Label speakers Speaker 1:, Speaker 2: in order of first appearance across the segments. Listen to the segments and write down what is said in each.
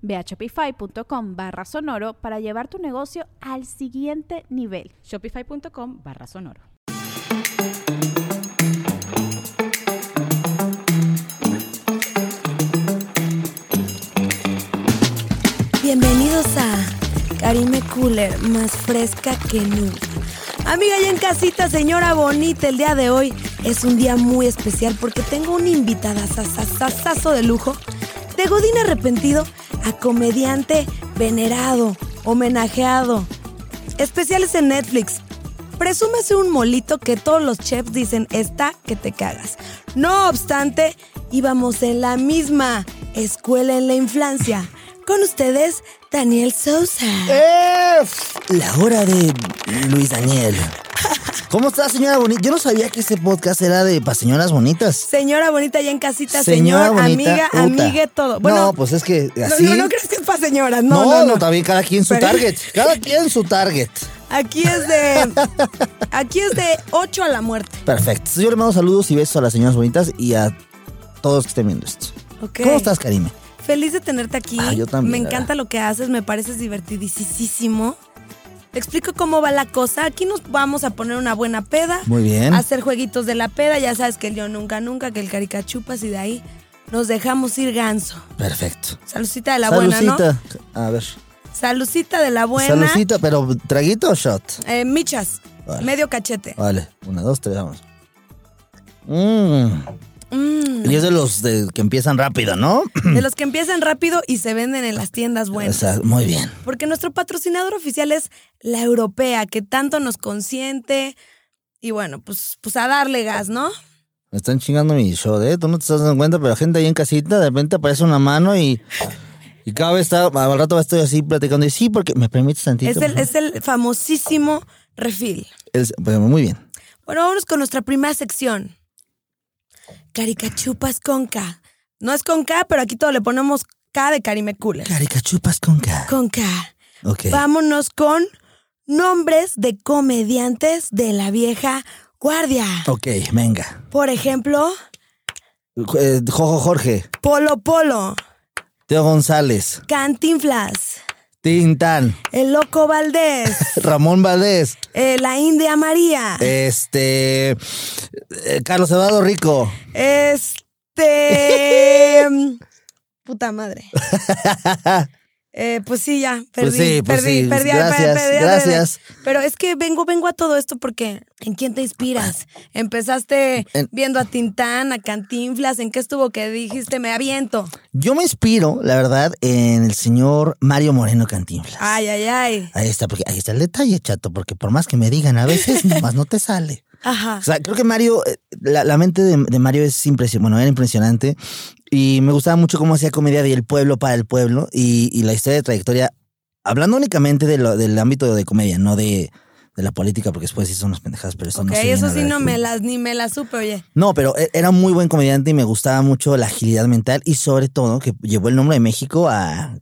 Speaker 1: Ve a shopify.com barra sonoro para llevar tu negocio al siguiente nivel.
Speaker 2: Shopify.com barra sonoro.
Speaker 3: Bienvenidos a Karime Cooler, más fresca que nunca. Amiga ya en casita, señora bonita, el día de hoy es un día muy especial porque tengo una invitada sasasasazo de lujo de Godín arrepentido a comediante venerado, homenajeado. Especiales en Netflix. Presúmase un molito que todos los chefs dicen está que te cagas. No obstante, íbamos en la misma escuela en la infancia. Con ustedes, Daniel Sousa.
Speaker 4: ¡Ef! La hora de Luis Daniel. ¿Cómo está, señora bonita? Yo no sabía que ese podcast era de para señoras bonitas.
Speaker 3: Señora bonita ya en casita, señora señor, bonita, amiga, amiga, todo.
Speaker 4: Bueno, no, pues es que así.
Speaker 3: No, no, no crees que es para señoras,
Speaker 4: no,
Speaker 3: no.
Speaker 4: No, no, también cada quien su Pero... target. Cada quien su target.
Speaker 3: Aquí es de. aquí es de 8 a la muerte.
Speaker 4: Perfecto. Yo le mando saludos y besos a las señoras bonitas y a todos que estén viendo esto. Okay. ¿Cómo estás, Karime?
Speaker 3: Feliz de tenerte aquí.
Speaker 4: Ah, yo también.
Speaker 3: Me encanta lo que haces, me pareces divertidísimo. Te explico cómo va la cosa. Aquí nos vamos a poner una buena peda.
Speaker 4: Muy bien.
Speaker 3: A hacer jueguitos de la peda. Ya sabes que el yo nunca, nunca, que el caricachupas y de ahí nos dejamos ir ganso.
Speaker 4: Perfecto.
Speaker 3: Salucita de la
Speaker 4: Salucita.
Speaker 3: buena,
Speaker 4: ¿no? A ver.
Speaker 3: Salucita de la buena.
Speaker 4: Salucita, pero ¿traguito o shot?
Speaker 3: Eh, michas. Vale. Medio cachete.
Speaker 4: Vale. Una, dos, tres, vamos. Mmm. Mm. Y es de los de que empiezan rápido, ¿no?
Speaker 3: De los que empiezan rápido y se venden en las tiendas buenas.
Speaker 4: Exacto, muy bien.
Speaker 3: Porque nuestro patrocinador oficial es la europea, que tanto nos consiente. Y bueno, pues, pues a darle gas, ¿no?
Speaker 4: Me están chingando mi show, ¿eh? Tú no te estás dando cuenta, pero la gente ahí en casita de repente aparece una mano y. Y cada vez está, al rato estoy así platicando y sí, porque me permites tantito.
Speaker 3: Es el, es el famosísimo refil.
Speaker 4: El, pues, muy bien.
Speaker 3: Bueno, vámonos con nuestra primera sección. Caricachupas con K. No es con K, pero aquí todo le ponemos K de Karime Cooler.
Speaker 4: Caricachupas con K.
Speaker 3: Con K.
Speaker 4: Ok.
Speaker 3: Vámonos con nombres de comediantes de la vieja guardia.
Speaker 4: Ok, venga.
Speaker 3: Por ejemplo.
Speaker 4: Eh, Jojo Jorge.
Speaker 3: Polo Polo.
Speaker 4: Teo González.
Speaker 3: Cantinflas.
Speaker 4: Tintán.
Speaker 3: El Loco Valdés.
Speaker 4: Ramón Valdés.
Speaker 3: Eh, la India María.
Speaker 4: Este. Eh, Carlos Eduardo Rico.
Speaker 3: Este. puta madre. eh, pues sí, ya. Perdí,
Speaker 4: pues sí, pues
Speaker 3: perdí,
Speaker 4: sí.
Speaker 3: perdí,
Speaker 4: gracias,
Speaker 3: perdí, perdí,
Speaker 4: gracias.
Speaker 3: Pero es que vengo, vengo a todo esto porque ¿en quién te inspiras? Empezaste en... viendo a Tintán, a Cantinflas, ¿en qué estuvo que dijiste me aviento?
Speaker 4: Yo me inspiro, la verdad, en el señor Mario Moreno Cantinflas.
Speaker 3: Ay, ay, ay.
Speaker 4: Ahí está, porque ahí está el detalle, chato, porque por más que me digan, a veces nomás no te sale.
Speaker 3: Ajá.
Speaker 4: O sea, creo que Mario, eh, la, la mente de, de, Mario es impresionante, bueno, era impresionante y me gustaba mucho cómo hacía comedia de El Pueblo para el Pueblo y, y la historia de trayectoria, hablando únicamente de lo, del ámbito de comedia, no de, de la política, porque después sí son unas pendejadas, pero eso
Speaker 3: Ok,
Speaker 4: no se
Speaker 3: eso
Speaker 4: viene a
Speaker 3: sí
Speaker 4: la-
Speaker 3: no me las ni me las supe, oye.
Speaker 4: No, pero e- era un muy buen comediante y me gustaba mucho la agilidad mental y sobre todo que llevó el nombre de México a,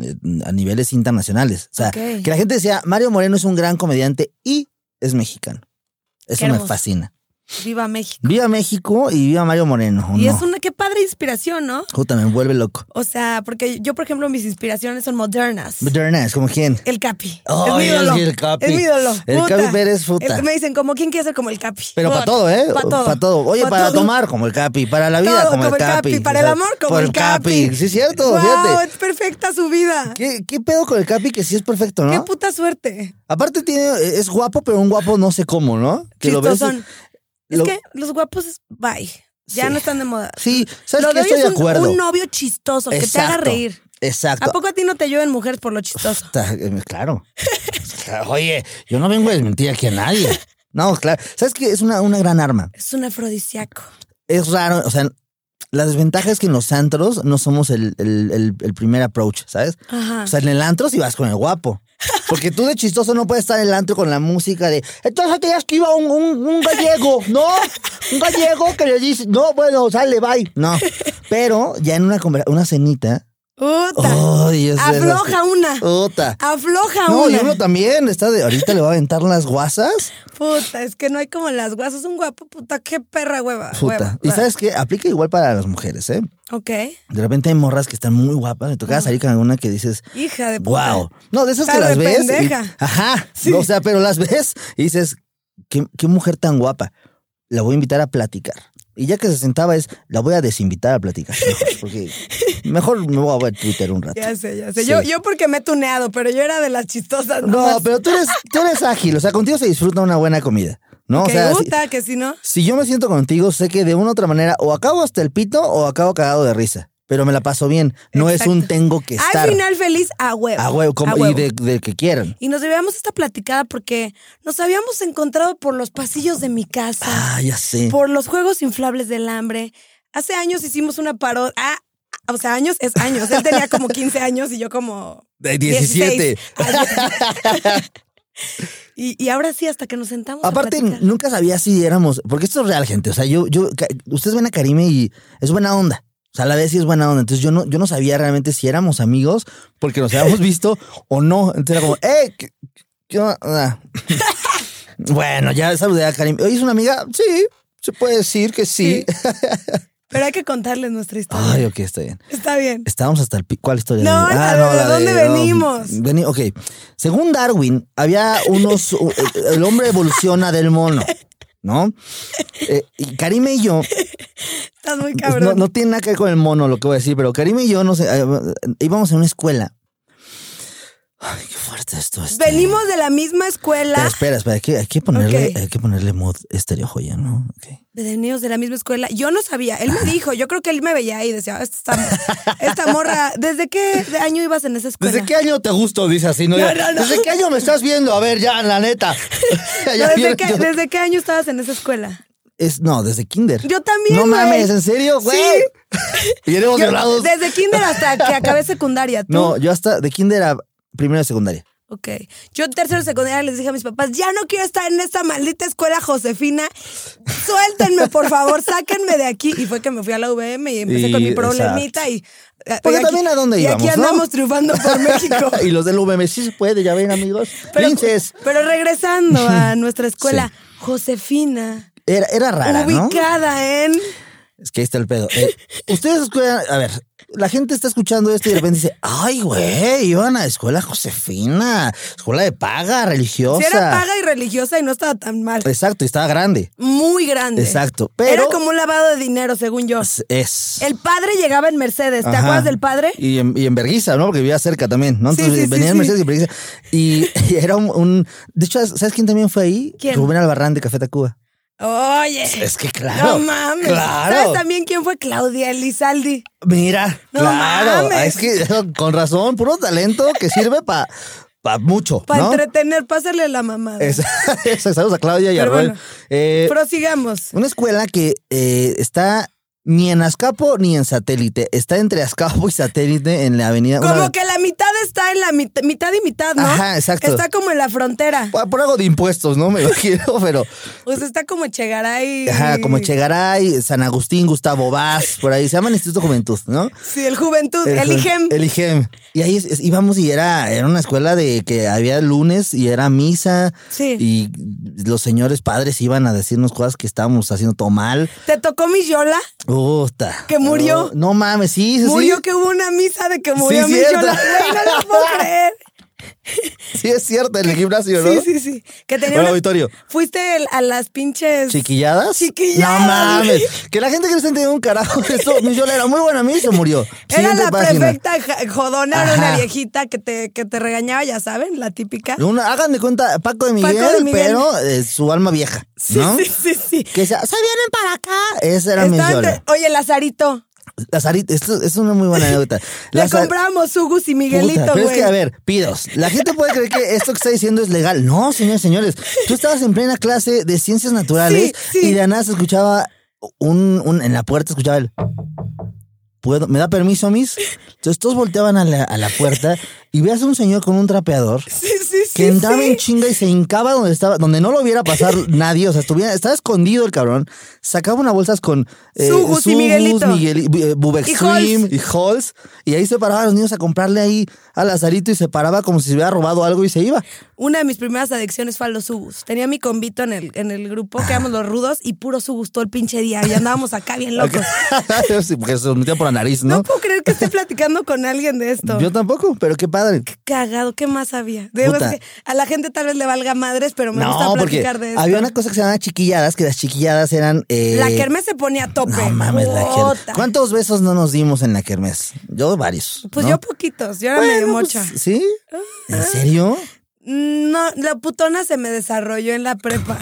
Speaker 4: eh, a niveles internacionales. O sea,
Speaker 3: Ok.
Speaker 4: que la gente decía, Mario Moreno es un gran comediante y es mexicano. Eso
Speaker 3: Qué
Speaker 4: me
Speaker 3: hermoso.
Speaker 4: fascina.
Speaker 3: Viva México.
Speaker 4: Viva México y viva Mario Moreno. ¿o
Speaker 3: Y
Speaker 4: no?
Speaker 3: es una qué padre inspiración, ¿no?
Speaker 4: Puta, me vuelve loco.
Speaker 3: O sea, porque yo, por ejemplo, mis inspiraciones son modernas.
Speaker 4: Moderna, es como quién.
Speaker 3: El Capi.
Speaker 4: Ay,
Speaker 3: es mi ídolo.
Speaker 4: es que el Capi.
Speaker 3: Es mi ídolo.
Speaker 4: El
Speaker 3: Puta.
Speaker 4: Capi Pérez, puta.
Speaker 3: El- me dicen, como, ¿quién quiere ser como el Capi?
Speaker 4: Pero para
Speaker 3: Puta.
Speaker 4: todo, ¿eh?
Speaker 3: Pa' todo.
Speaker 4: Pa' Oye,
Speaker 3: Pa'
Speaker 4: para
Speaker 3: todo.
Speaker 4: tomar como el Capi, para la vida
Speaker 3: Todo
Speaker 4: como, el Capi.
Speaker 3: Para
Speaker 4: o
Speaker 3: el
Speaker 4: sea,
Speaker 3: amor como
Speaker 4: por
Speaker 3: el Capi.
Speaker 4: Sí, es cierto,
Speaker 3: Wow,
Speaker 4: fíjate.
Speaker 3: es perfecta su vida. ¿Qué?
Speaker 4: ¿Qué, ¿Qué pedo con el Capi que sí es perfecto, no?
Speaker 3: puta suerte.
Speaker 4: eh, Aparte tiene, es guapo, pero un guapo no sé cómo, ¿no? Que lo ves.
Speaker 3: Chistosón. Es
Speaker 4: Lo-
Speaker 3: que los guapos, es- bye. Ya
Speaker 4: Sí.
Speaker 3: no están de moda.
Speaker 4: Sí, ¿sabes
Speaker 3: lo
Speaker 4: qué?
Speaker 3: de hoy
Speaker 4: Estoy
Speaker 3: es
Speaker 4: de
Speaker 3: un,
Speaker 4: acuerdo.
Speaker 3: un novio chistoso que te haga
Speaker 4: Exacto.
Speaker 3: reír. ¿A
Speaker 4: Exacto.
Speaker 3: poco a ti no te llueven mujeres por lo chistoso?
Speaker 4: Está- eh, Claro. Claro, Oye, yo no vengo a desmentir aquí a nadie. No, claro. ¿Sabes qué? Es una, una gran arma.
Speaker 3: Es un afrodisiaco.
Speaker 4: Es raro, o sea, la desventaja es que en los antros no somos el, el- el- el primer approach, ¿sabes?
Speaker 3: Ajá.
Speaker 4: O sea, en el antro si vas con el guapo. Porque tú de chistoso no puedes estar en el antro con la música de. Entonces tenías que iba un, un- un gallego, ¿no? Un gallego que le dice, no, bueno, sale, bye. No. Pero ya en una, conver- una cenita.
Speaker 3: Uta.
Speaker 4: ¡Ay, es de esas
Speaker 3: afloja una.
Speaker 4: que- Puta.
Speaker 3: Afloja
Speaker 4: No, y
Speaker 3: Ah. una.
Speaker 4: uno también está de ahorita le va a aventar las guasas.
Speaker 3: Puta, es que no hay como las guasas. Un guapo, puta, qué perra hueva.
Speaker 4: Puta.
Speaker 3: hueva.
Speaker 4: Y sabes qué? aplica igual para las mujeres, ¿eh?
Speaker 3: Ok.
Speaker 4: De repente hay morras que están muy guapas. Me tocaba salir con alguna que dices,
Speaker 3: Hija de puta.
Speaker 4: wow. No, de esas que
Speaker 3: Cara
Speaker 4: las
Speaker 3: de
Speaker 4: ves. y-
Speaker 3: pendeja.
Speaker 4: ajá. O sea, pero las ves y dices, ¿qué, qué mujer tan guapa. La voy a invitar a platicar. Y ya que se sentaba es, la voy a desinvitar a platicar. mejor, porque mejor me voy a ver Twitter un rato.
Speaker 3: Ya sé, ya sé.
Speaker 4: Sí.
Speaker 3: Yo, yo porque me he tuneado, pero yo era de las chistosas.
Speaker 4: No,
Speaker 3: nomás.
Speaker 4: pero tú eres, tú eres ágil. O sea, contigo se disfruta una buena comida. ¿No?
Speaker 3: Que
Speaker 4: o sea, si-
Speaker 3: puta, que si no.
Speaker 4: Si yo me siento contigo, sé que de una u otra manera o acabo hasta el pito o acabo cagado de risa. Pero me la paso bien. No
Speaker 3: Exacto.
Speaker 4: es un tengo que estar.
Speaker 3: Al final feliz a huevo.
Speaker 4: a huevo, como-
Speaker 3: a huevo.
Speaker 4: y de, del que quieran.
Speaker 3: Y nos debíamos esta platicada porque nos habíamos encontrado por los pasillos de mi casa,
Speaker 4: Ah, ya sé.
Speaker 3: por los juegos inflables del hambre. Hace años hicimos una parodia. Ah, o sea, años es años. Él tenía como 15 años y yo como
Speaker 4: De
Speaker 3: 17.
Speaker 4: 17.
Speaker 3: Y, y ahora sí, hasta que nos sentamos. a
Speaker 4: Aparte,
Speaker 3: platicar.
Speaker 4: nunca sabía si éramos. Porque esto es real, gente. O sea, yo, yo, ca- ustedes ven a Karime y es buena onda. O sea, a la vez sí es buena onda. Entonces yo no, yo no sabía realmente si éramos amigos porque nos habíamos visto o no. Entonces era como, ¡eh! ¿qué- qué onda?" bueno, ya saludé a Karime. ¿Oye, es una amiga? Sí, se puede decir que sí.
Speaker 3: Pero hay que contarles nuestra historia.
Speaker 4: Ay, ok, está bien.
Speaker 3: Está bien.
Speaker 4: Estábamos hasta el pi- ¿Cuál historia? Ah,
Speaker 3: No, la de- ¿de dónde venimos?
Speaker 4: veni- ok. Según Darwin, había unos. u- el hombre evoluciona del mono, ¿no? Eh, y Karime y yo.
Speaker 3: Estás muy
Speaker 4: pues,
Speaker 3: cabrón.
Speaker 4: No, no tiene nada que ver con el mono lo que voy a decir, pero Karime y yo nos, eh, íbamos a una escuela. Ay, qué fuerte esto es.
Speaker 3: Venimos de la misma escuela.
Speaker 4: Pero espera, espera, hay que, hay que ponerle,
Speaker 3: Ok.
Speaker 4: hay que ponerle mod estéreo joya, ¿no? Ok.
Speaker 3: Venimos de la misma escuela. Yo no sabía. Él me dijo. Yo creo que él me veía y decía, "Ah, esta, esta morra, ¿desde qué año ibas en esa escuela?
Speaker 4: ¿Desde qué año te gusto? Dice así, ¿no?
Speaker 3: No, no, no.
Speaker 4: ¿Desde qué año me estás viendo? A ver, ya, la neta.
Speaker 3: No,
Speaker 4: Ya
Speaker 3: ¿desde,
Speaker 4: vieron
Speaker 3: qué,
Speaker 4: yo-
Speaker 3: desde qué año estabas en esa escuela?
Speaker 4: Es, no, desde kinder.
Speaker 3: Yo también,
Speaker 4: No
Speaker 3: güey.
Speaker 4: mames, ¿en serio, güey? Y éramos
Speaker 3: Yo-
Speaker 4: violados.
Speaker 3: desde kinder hasta que acabé secundaria. ¿Tú?
Speaker 4: No, yo hasta de kinder a primero de secundaria.
Speaker 3: Ok. Yo en tercero de secundaria les dije a mis papás, ya no quiero estar en esta maldita escuela Josefina. Suéltenme, por favor, sáquenme de aquí. Y fue que me fui a la UVM y empecé
Speaker 4: Y-
Speaker 3: con mi problemita y...
Speaker 4: Porque
Speaker 3: y
Speaker 4: también a dónde
Speaker 3: y
Speaker 4: íbamos,
Speaker 3: aquí
Speaker 4: ¿no?
Speaker 3: andamos triunfando por México.
Speaker 4: y los del UVM, sí se puede, ya ven, amigos.
Speaker 3: Pero,
Speaker 4: Princes.
Speaker 3: pero regresando a nuestra escuela, Josefina,
Speaker 4: Era, era rara, ¿no?
Speaker 3: ubicada en...
Speaker 4: Es que ahí está el pedo. Eh, ustedes escuchan, a ver, la gente está escuchando esto y de repente dice, ay, güey, iban a escuela Josefina, escuela de paga, religiosa.
Speaker 3: Si era paga y religiosa y no estaba tan mal.
Speaker 4: Exacto, y estaba grande.
Speaker 3: Muy grande.
Speaker 4: Exacto, pero-
Speaker 3: Era como un lavado de dinero, según yo.
Speaker 4: Es. es-
Speaker 3: El padre llegaba en Mercedes. ¿Te
Speaker 4: Ajá.
Speaker 3: acuerdas del padre?
Speaker 4: Y en, y en Berguisa, ¿no? Porque vivía cerca también, ¿no?
Speaker 3: Sí,
Speaker 4: Entonces
Speaker 3: sí, sí,
Speaker 4: venía en
Speaker 3: sí.
Speaker 4: Mercedes y Berguisa. Y, y era un, un- De hecho, ¿sabes quién también fue ahí?
Speaker 3: ¿Quién?
Speaker 4: Rubén Albarrán de Café Tacuba.
Speaker 3: Oye.
Speaker 4: Es que claro.
Speaker 3: No mames.
Speaker 4: Claro.
Speaker 3: ¿Sabes también quién fue Claudia Elizaldi?
Speaker 4: Mira,
Speaker 3: No
Speaker 4: claro.
Speaker 3: mames.
Speaker 4: Es que eso, con razón, puro talento que sirve para pa mucho,
Speaker 3: Para
Speaker 4: ¿no?
Speaker 3: entretener, pásale la mamada.
Speaker 4: Es- es- saludos a Claudia y a
Speaker 3: Pero
Speaker 4: Rubén.
Speaker 3: bueno.
Speaker 4: Eh,
Speaker 3: Prosigamos.
Speaker 4: una escuela que eh, está ni en Azcapo ni en Satélite. Está entre Azcapo y Satélite en la avenida... una-
Speaker 3: Como que la mitad está en la mit- mitad y mitad, ¿no?
Speaker 4: Ajá, exacto.
Speaker 3: Está como en la frontera.
Speaker 4: por, por algo de impuestos, ¿no? Me imagino, pero...
Speaker 3: O sea, está como Chegaray.
Speaker 4: Ajá, como Chegaray, San Agustín, Gustavo Vaz, por ahí. Se llama el Instituto Juventud, ¿no?
Speaker 3: Sí, el Juventud, el, E IGEM.
Speaker 4: El IGEM. Y ahí es- es- íbamos y era, era una escuela de que había lunes y era misa.
Speaker 3: Sí.
Speaker 4: Y los señores padres iban a decirnos cosas que estábamos haciendo todo mal.
Speaker 3: ¿Te tocó mi Yola?
Speaker 4: Puta. Oh,
Speaker 3: ¿Que murió?
Speaker 4: No, no mames, sí, sí. sí.
Speaker 3: Murió que hubo una misa de que murió
Speaker 4: Sí,
Speaker 3: mi
Speaker 4: cierto.
Speaker 3: Yola. Güey, no lo puedo creer.
Speaker 4: Sí, es cierto, en el gimnasio, ¿no?
Speaker 3: Sí, sí, sí. Que tenía
Speaker 4: Bueno,
Speaker 3: una-
Speaker 4: auditorio.
Speaker 3: Fuiste el- a las pinches.
Speaker 4: ¿Chiquilladas?
Speaker 3: Chiquilladas.
Speaker 4: No mames. Que la gente que no está entendiendo un carajo de eso, mi Yola era muy buena a mí y se murió.
Speaker 3: Era
Speaker 4: Siguiente
Speaker 3: la
Speaker 4: página.
Speaker 3: prefecta ja- jodona, era una
Speaker 4: Ajá.
Speaker 3: viejita que te, que te regañaba, ya saben, la típica.
Speaker 4: Una- hagan de cuenta, Paco de Miguel,
Speaker 3: Paco de Miguel.
Speaker 4: pero eh, su alma vieja,
Speaker 3: Sí,
Speaker 4: ¿no?
Speaker 3: sí, sí, sí.
Speaker 4: Que decía, se vienen para acá. Esa era mi
Speaker 3: Estaba
Speaker 4: Yola.
Speaker 3: entre- Oye, Lazarito,
Speaker 4: Lazarito, esto es una muy buena anécdota.
Speaker 3: le
Speaker 4: Lazar-
Speaker 3: compramos Ugus y
Speaker 4: Puta,
Speaker 3: Miguelito,
Speaker 4: pero
Speaker 3: güey.
Speaker 4: es que, a ver, pidos. La gente puede creer que esto que está diciendo es legal. No, señores, señores. Tú estabas en plena clase de ciencias naturales
Speaker 3: Sí, sí.
Speaker 4: y de la nada se escuchaba un, un- En la puerta escuchaba el. ¿Puedo? ¿Me da permiso, mis? Entonces todos volteaban a la, a la puerta y veas a un señor con un trapeador
Speaker 3: Sí, sí, sí.
Speaker 4: que andaba
Speaker 3: sí.
Speaker 4: en chinga y se hincaba donde estaba, donde no lo viera pasar nadie, o sea, estuviera, estaba escondido el cabrón, sacaba unas bolsas con
Speaker 3: Sugus y Miguelito.
Speaker 4: Miguel, Bu-
Speaker 3: Y
Speaker 4: eh,
Speaker 3: Halls.
Speaker 4: Bubextream y Halls, y ahí se paraban los niños a comprarle ahí a Lazarito y se paraba como si se hubiera robado algo y se iba.
Speaker 3: Una de mis primeras adicciones fue a los Ugus. Tenía mi convito en el, en el grupo, que éramos los rudos, y puro Ugus todo el pinche día. Y andábamos acá bien locos.
Speaker 4: Sí, porque se los metía por la nariz,
Speaker 3: ¿no?
Speaker 4: ¿no?
Speaker 3: puedo creer que esté platicando con alguien de esto.
Speaker 4: Yo tampoco, pero qué padre.
Speaker 3: Cagado, ¿qué más había? Digo,
Speaker 4: Puta.
Speaker 3: es que a la gente tal vez le valga madres, pero me gusta
Speaker 4: No, porque
Speaker 3: platicar de esto.
Speaker 4: había una cosa que se llamaba chiquilladas, que las chiquilladas eran... eh,
Speaker 3: La Kermés se ponía a tope.
Speaker 4: No mames, la
Speaker 3: Puta.
Speaker 4: kermés. ¿Cuántos besos no nos dimos en la kermés? Yo varios.
Speaker 3: Pues
Speaker 4: ¿no?
Speaker 3: yo poquitos, yo era medio
Speaker 4: Bueno, pues,
Speaker 3: mocha. Ah. Mm,
Speaker 4: ¿Sí? ¿En serio?
Speaker 3: No, la putona se me desarrolló en la prepa.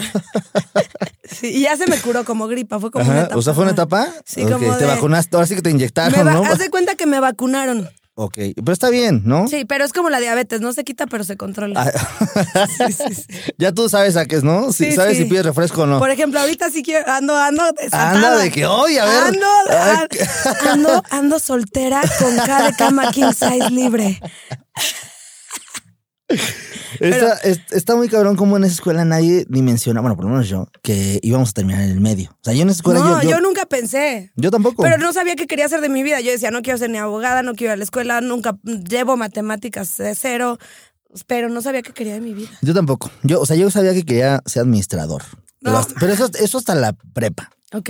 Speaker 3: Sí, y ya se me curó como gripa, fue como
Speaker 4: Ajá,
Speaker 3: una etapa.
Speaker 4: O sea, fue una etapa.
Speaker 3: Sí,
Speaker 4: Ok,
Speaker 3: como
Speaker 4: te
Speaker 3: de-
Speaker 4: vacunaste. Ahora sí que te
Speaker 3: Me
Speaker 4: inyectaron,
Speaker 3: va-
Speaker 4: ¿no?
Speaker 3: Haz de cuenta que me vacunaron.
Speaker 4: Ok, pero está bien, ¿no?
Speaker 3: Sí, pero es como la diabetes, no se quita, pero se controla.
Speaker 4: Ah,
Speaker 3: Sí, sí, sí.
Speaker 4: ya tú sabes a qué es, ¿no? Si
Speaker 3: Sí,
Speaker 4: sabes
Speaker 3: sí.
Speaker 4: si pides refresco o no.
Speaker 3: Por ejemplo, ahorita sí quiero, ando, ando desatada.
Speaker 4: Anda de que hoy, a ver.
Speaker 3: Ando,
Speaker 4: Ah,
Speaker 3: a- ando, ando soltera con cada cama king size libre.
Speaker 4: Está, es- está muy cabrón como en esa escuela nadie dimensiona, bueno, por lo menos yo, que íbamos a terminar en el medio. O sea, yo en esa escuela
Speaker 3: no, yo,
Speaker 4: yo, yo,
Speaker 3: nunca pensé.
Speaker 4: yo tampoco.
Speaker 3: Pero no sabía qué quería hacer de mi vida. Yo decía, no quiero ser ni abogada, no quiero ir a la escuela, nunca llevo matemáticas de cero, pero no sabía qué quería de mi vida.
Speaker 4: Yo tampoco. Yo, o sea, yo sabía que quería ser administrador. Pero,
Speaker 3: No.
Speaker 4: hasta- pero eso, eso hasta la prepa.
Speaker 3: Ok.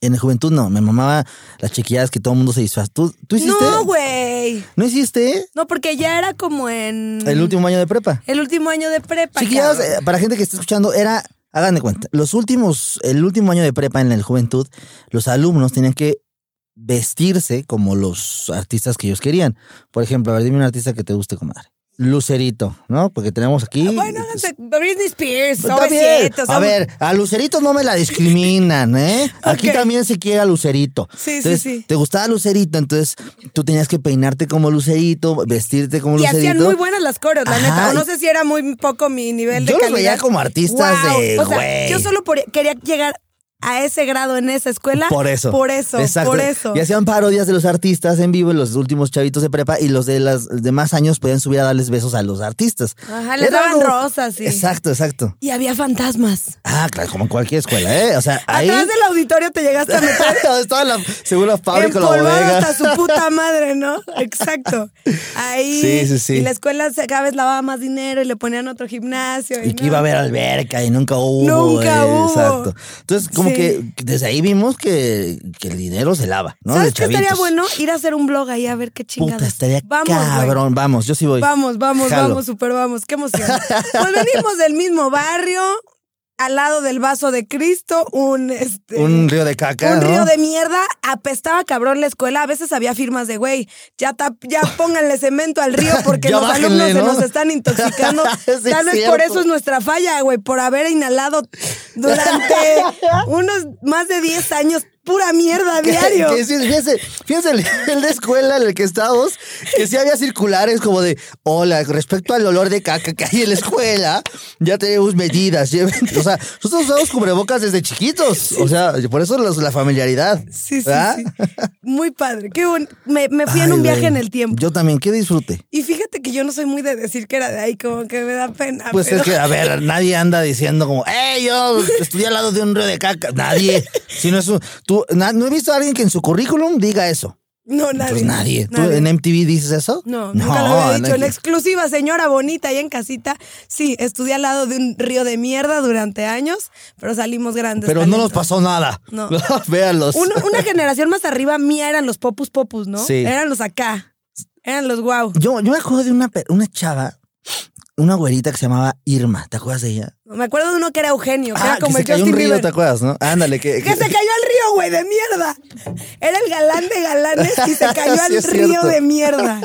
Speaker 4: En la juventud no, me mamaba las chiquilladas que todo el mundo se disfrazó. ¿Tú, tú hiciste?
Speaker 3: No, güey.
Speaker 4: ¿No hiciste
Speaker 3: No, porque ya era como en...
Speaker 4: el último año de prepa?
Speaker 3: el último año de prepa.
Speaker 4: Chiquilladas,
Speaker 3: cabrón.
Speaker 4: eh, para gente que está escuchando, era, hagan de cuenta, los últimos, el último año de prepa en la juventud, los alumnos tenían que vestirse como los artistas que ellos querían. Por ejemplo, a ver, dime un artista que te guste, comadre. Lucerito, ¿no? Porque tenemos aquí...
Speaker 3: Ah, Bueno, háganse Britney Spears,
Speaker 4: pues, Está bien.
Speaker 3: sobrecitos.
Speaker 4: A ver, a Lucerito no me la discriminan, ¿eh? Aquí
Speaker 3: Ok.
Speaker 4: también se quiere a Lucerito.
Speaker 3: Sí, sí,
Speaker 4: Entonces,
Speaker 3: sí.
Speaker 4: Te gustaba Lucerito, entonces tú tenías que peinarte como Lucerito, vestirte como
Speaker 3: Y
Speaker 4: Lucerito.
Speaker 3: hacían muy buenas las coreos, la
Speaker 4: Ajá,
Speaker 3: neta. O no
Speaker 4: y-
Speaker 3: sé si era muy poco mi nivel de
Speaker 4: Yo los
Speaker 3: calidad.
Speaker 4: veía como artistas
Speaker 3: Guau,
Speaker 4: de,
Speaker 3: o sea,
Speaker 4: güey.
Speaker 3: Yo solo por- quería llegar a ese grado en esa escuela.
Speaker 4: Por eso.
Speaker 3: Por eso,
Speaker 4: Exacto.
Speaker 3: por eso.
Speaker 4: Y hacían parodias de los artistas en vivo, los últimos chavitos de prepa, y los de los demás años podían subir a darles besos a los artistas.
Speaker 3: Ajá, les
Speaker 4: Era
Speaker 3: daban
Speaker 4: algo-
Speaker 3: rosas y...
Speaker 4: Exacto, exacto.
Speaker 3: Y había fantasmas.
Speaker 4: Ah, claro, como en cualquier escuela, ¿eh? O sea, ahí.
Speaker 3: Atrás del auditorio te llegaste a meter.
Speaker 4: Estaba la, según la fábrica, la
Speaker 3: Empolvado
Speaker 4: bodega.
Speaker 3: hasta su puta madre, ¿no? Exacto. Ahí.
Speaker 4: Sí, sí, sí.
Speaker 3: Y la escuela se- cada vez lavaba más dinero y le ponían otro gimnasio. Y,
Speaker 4: Y que iba a haber alberca y nunca hubo.
Speaker 3: Nunca hubo.
Speaker 4: Exacto. Entonces, como
Speaker 3: Sí.
Speaker 4: que desde ahí vimos que, que el dinero se lava, ¿no?
Speaker 3: ¿no? ¿Sabes
Speaker 4: De
Speaker 3: qué estaría
Speaker 4: chavitos.
Speaker 3: bueno? Ir a hacer un blog ahí a ver qué chingadas.
Speaker 4: Puta, estaría
Speaker 3: vamos, güey.
Speaker 4: cabrón. Vamos, yo sí voy.
Speaker 3: Vamos, vamos,
Speaker 4: Jalo.
Speaker 3: vamos, super vamos. Qué emoción. Pues venimos del mismo barrio, al lado del vaso de Cristo, un este.
Speaker 4: Un río de caca.
Speaker 3: un
Speaker 4: ¿no?
Speaker 3: río de mierda, apestaba cabrón la escuela, a veces había firmas de güey, ya tap- ya pónganle cemento al río porque
Speaker 4: Ya
Speaker 3: los
Speaker 4: bájenle,
Speaker 3: alumnos
Speaker 4: ¿no?
Speaker 3: se nos están intoxicando.
Speaker 4: Sí, es
Speaker 3: Tal vez por
Speaker 4: cierto.
Speaker 3: eso es nuestra falla, güey, por haber inhalado durante unos más de 10 años pura mierda
Speaker 4: Que-
Speaker 3: diario.
Speaker 4: que sí, fíjense, fíjense el nivel de escuela en el que estábamos, que sí había circulares como de, hola, respecto al olor de caca que hay en la escuela, ya tenemos medidas. lleven-". O sea, nosotros usamos cubrebocas desde chiquitos. O sea, por eso los- la familiaridad.
Speaker 3: Sí, sí,
Speaker 4: ¿verdad?
Speaker 3: sí. Muy padre. Qué bon- me, me fui en
Speaker 4: Ay,
Speaker 3: un viaje
Speaker 4: güey.
Speaker 3: en el tiempo.
Speaker 4: Yo también, que disfrute.
Speaker 3: Y fíjate que yo no soy muy de decir que era de ahí, como que me da pena.
Speaker 4: Pues
Speaker 3: pero-
Speaker 4: es que, a ver, nadie anda diciendo como, ¡eh, yo estudié al lado de un río de caca! Nadie. Si no es un- tú, na- no he visto a alguien que en su currículum diga eso.
Speaker 3: No, nadie.
Speaker 4: Pues nadie. ¿Tú
Speaker 3: nadie.
Speaker 4: en MTV dices eso?
Speaker 3: No, nunca lo había dicho. En
Speaker 4: nadie.
Speaker 3: exclusiva, señora bonita, ahí en casita. Sí, estudié al lado de un río de mierda durante años, pero salimos grandes.
Speaker 4: Pero no nos
Speaker 3: talentos.
Speaker 4: pasó nada.
Speaker 3: No.
Speaker 4: Véanlos.
Speaker 3: Uno- una generación más arriba mía eran los popus popus, ¿no?
Speaker 4: Sí.
Speaker 3: Eran los acá. Eran los guau.
Speaker 4: Yo, yo me acuerdo de una, pe- una chava una güerita que se llamaba Irma. ¿Te acuerdas de ella?
Speaker 3: Me acuerdo de uno que era Eugenio, que
Speaker 4: ah,
Speaker 3: era como
Speaker 4: que
Speaker 3: el
Speaker 4: se cayó
Speaker 3: Justin
Speaker 4: un río,
Speaker 3: Bieber.
Speaker 4: ¿te acuerdas, no? Ándale, que.
Speaker 3: ¡Que se cayó al río, güey, de mierda! Era el galán de galanes y se cayó
Speaker 4: Sí,
Speaker 3: al
Speaker 4: es
Speaker 3: río
Speaker 4: cierto.
Speaker 3: de mierda.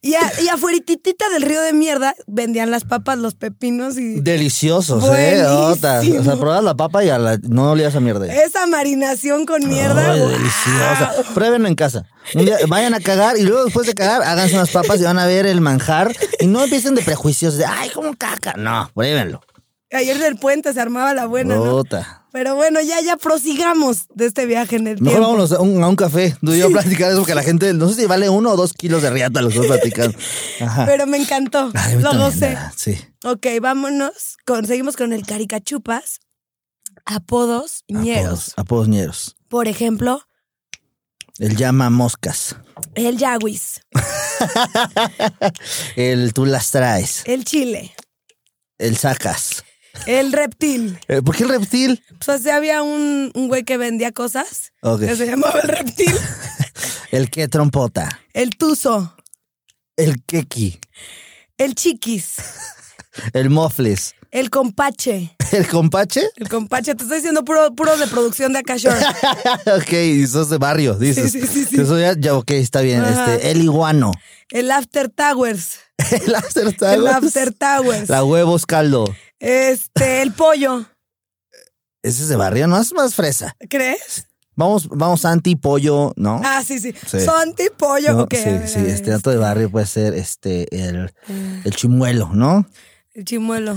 Speaker 3: Y, a, y afuerititita del río de mierda vendían las papas, los pepinos y...
Speaker 4: Deliciosos, ¿eh?
Speaker 3: Buenísimo.
Speaker 4: Otas. O sea, probabas la papa y a la... no olías a mierda.
Speaker 3: Esa marinación con mierda.
Speaker 4: Ay,
Speaker 3: ¡guau!
Speaker 4: deliciosa. Pruébenlo en casa. Un día vayan a cagar y luego después de cagar háganse unas papas y van a ver el manjar y no empiecen de prejuicios de, ay, como caca. No, pruébenlo.
Speaker 3: Ayer del puente se armaba la buena, ¿no?
Speaker 4: Puta.
Speaker 3: Pero bueno, ya, ya prosigamos de este viaje en el
Speaker 4: Mejor
Speaker 3: tiempo.
Speaker 4: vámonos a un, a un café. Tú y yo a platicar eso porque la gente, no sé si vale uno o dos kilos de riata los dos platicando. Ajá.
Speaker 3: Pero me encantó.
Speaker 4: Ay, a mí
Speaker 3: Lo
Speaker 4: también,
Speaker 3: gocé.
Speaker 4: ¿verdad? Sí.
Speaker 3: Ok, vámonos. Conseguimos con el caricachupas. Apodos ñeros.
Speaker 4: Apodos, apodos ñeros.
Speaker 3: Por ejemplo,
Speaker 4: El llama moscas.
Speaker 3: el yaguis,
Speaker 4: El tú las traes.
Speaker 3: el chile,
Speaker 4: El sacas.
Speaker 3: el reptil.
Speaker 4: Eh, ¿Por qué el reptil?
Speaker 3: O sea, sí había un, un güey que vendía cosas
Speaker 4: Ok.
Speaker 3: que se llamaba el reptil.
Speaker 4: El que trompota.
Speaker 3: El tuzo,
Speaker 4: El keki.
Speaker 3: el chiquis,
Speaker 4: El mofles.
Speaker 3: el compache.
Speaker 4: El compache.
Speaker 3: El compache, te estoy diciendo puro, puro de producción de Akashore.
Speaker 4: ok, y sos de barrio, dices.
Speaker 3: Sí, sí, sí, sí.
Speaker 4: Eso ya, ya, ok, está bien.
Speaker 3: Ajá.
Speaker 4: Este, el iguano.
Speaker 3: El after towers.
Speaker 4: El after
Speaker 3: El
Speaker 4: towers.
Speaker 3: after towers.
Speaker 4: La huevos caldo.
Speaker 3: Este, el pollo.
Speaker 4: Ese es de barrio, no es más fresa.
Speaker 3: ¿Crees?
Speaker 4: Vamos, vamos anti pollo, ¿no?
Speaker 3: Ah, sí, sí.
Speaker 4: Sí.
Speaker 3: Son tipo yo.
Speaker 4: No,
Speaker 3: ok, a
Speaker 4: sí,
Speaker 3: ver,
Speaker 4: sí,
Speaker 3: a ver, Mm.
Speaker 4: este dato de barrio puede ser este el, el chimuelo, ¿no?
Speaker 3: El chimuelo.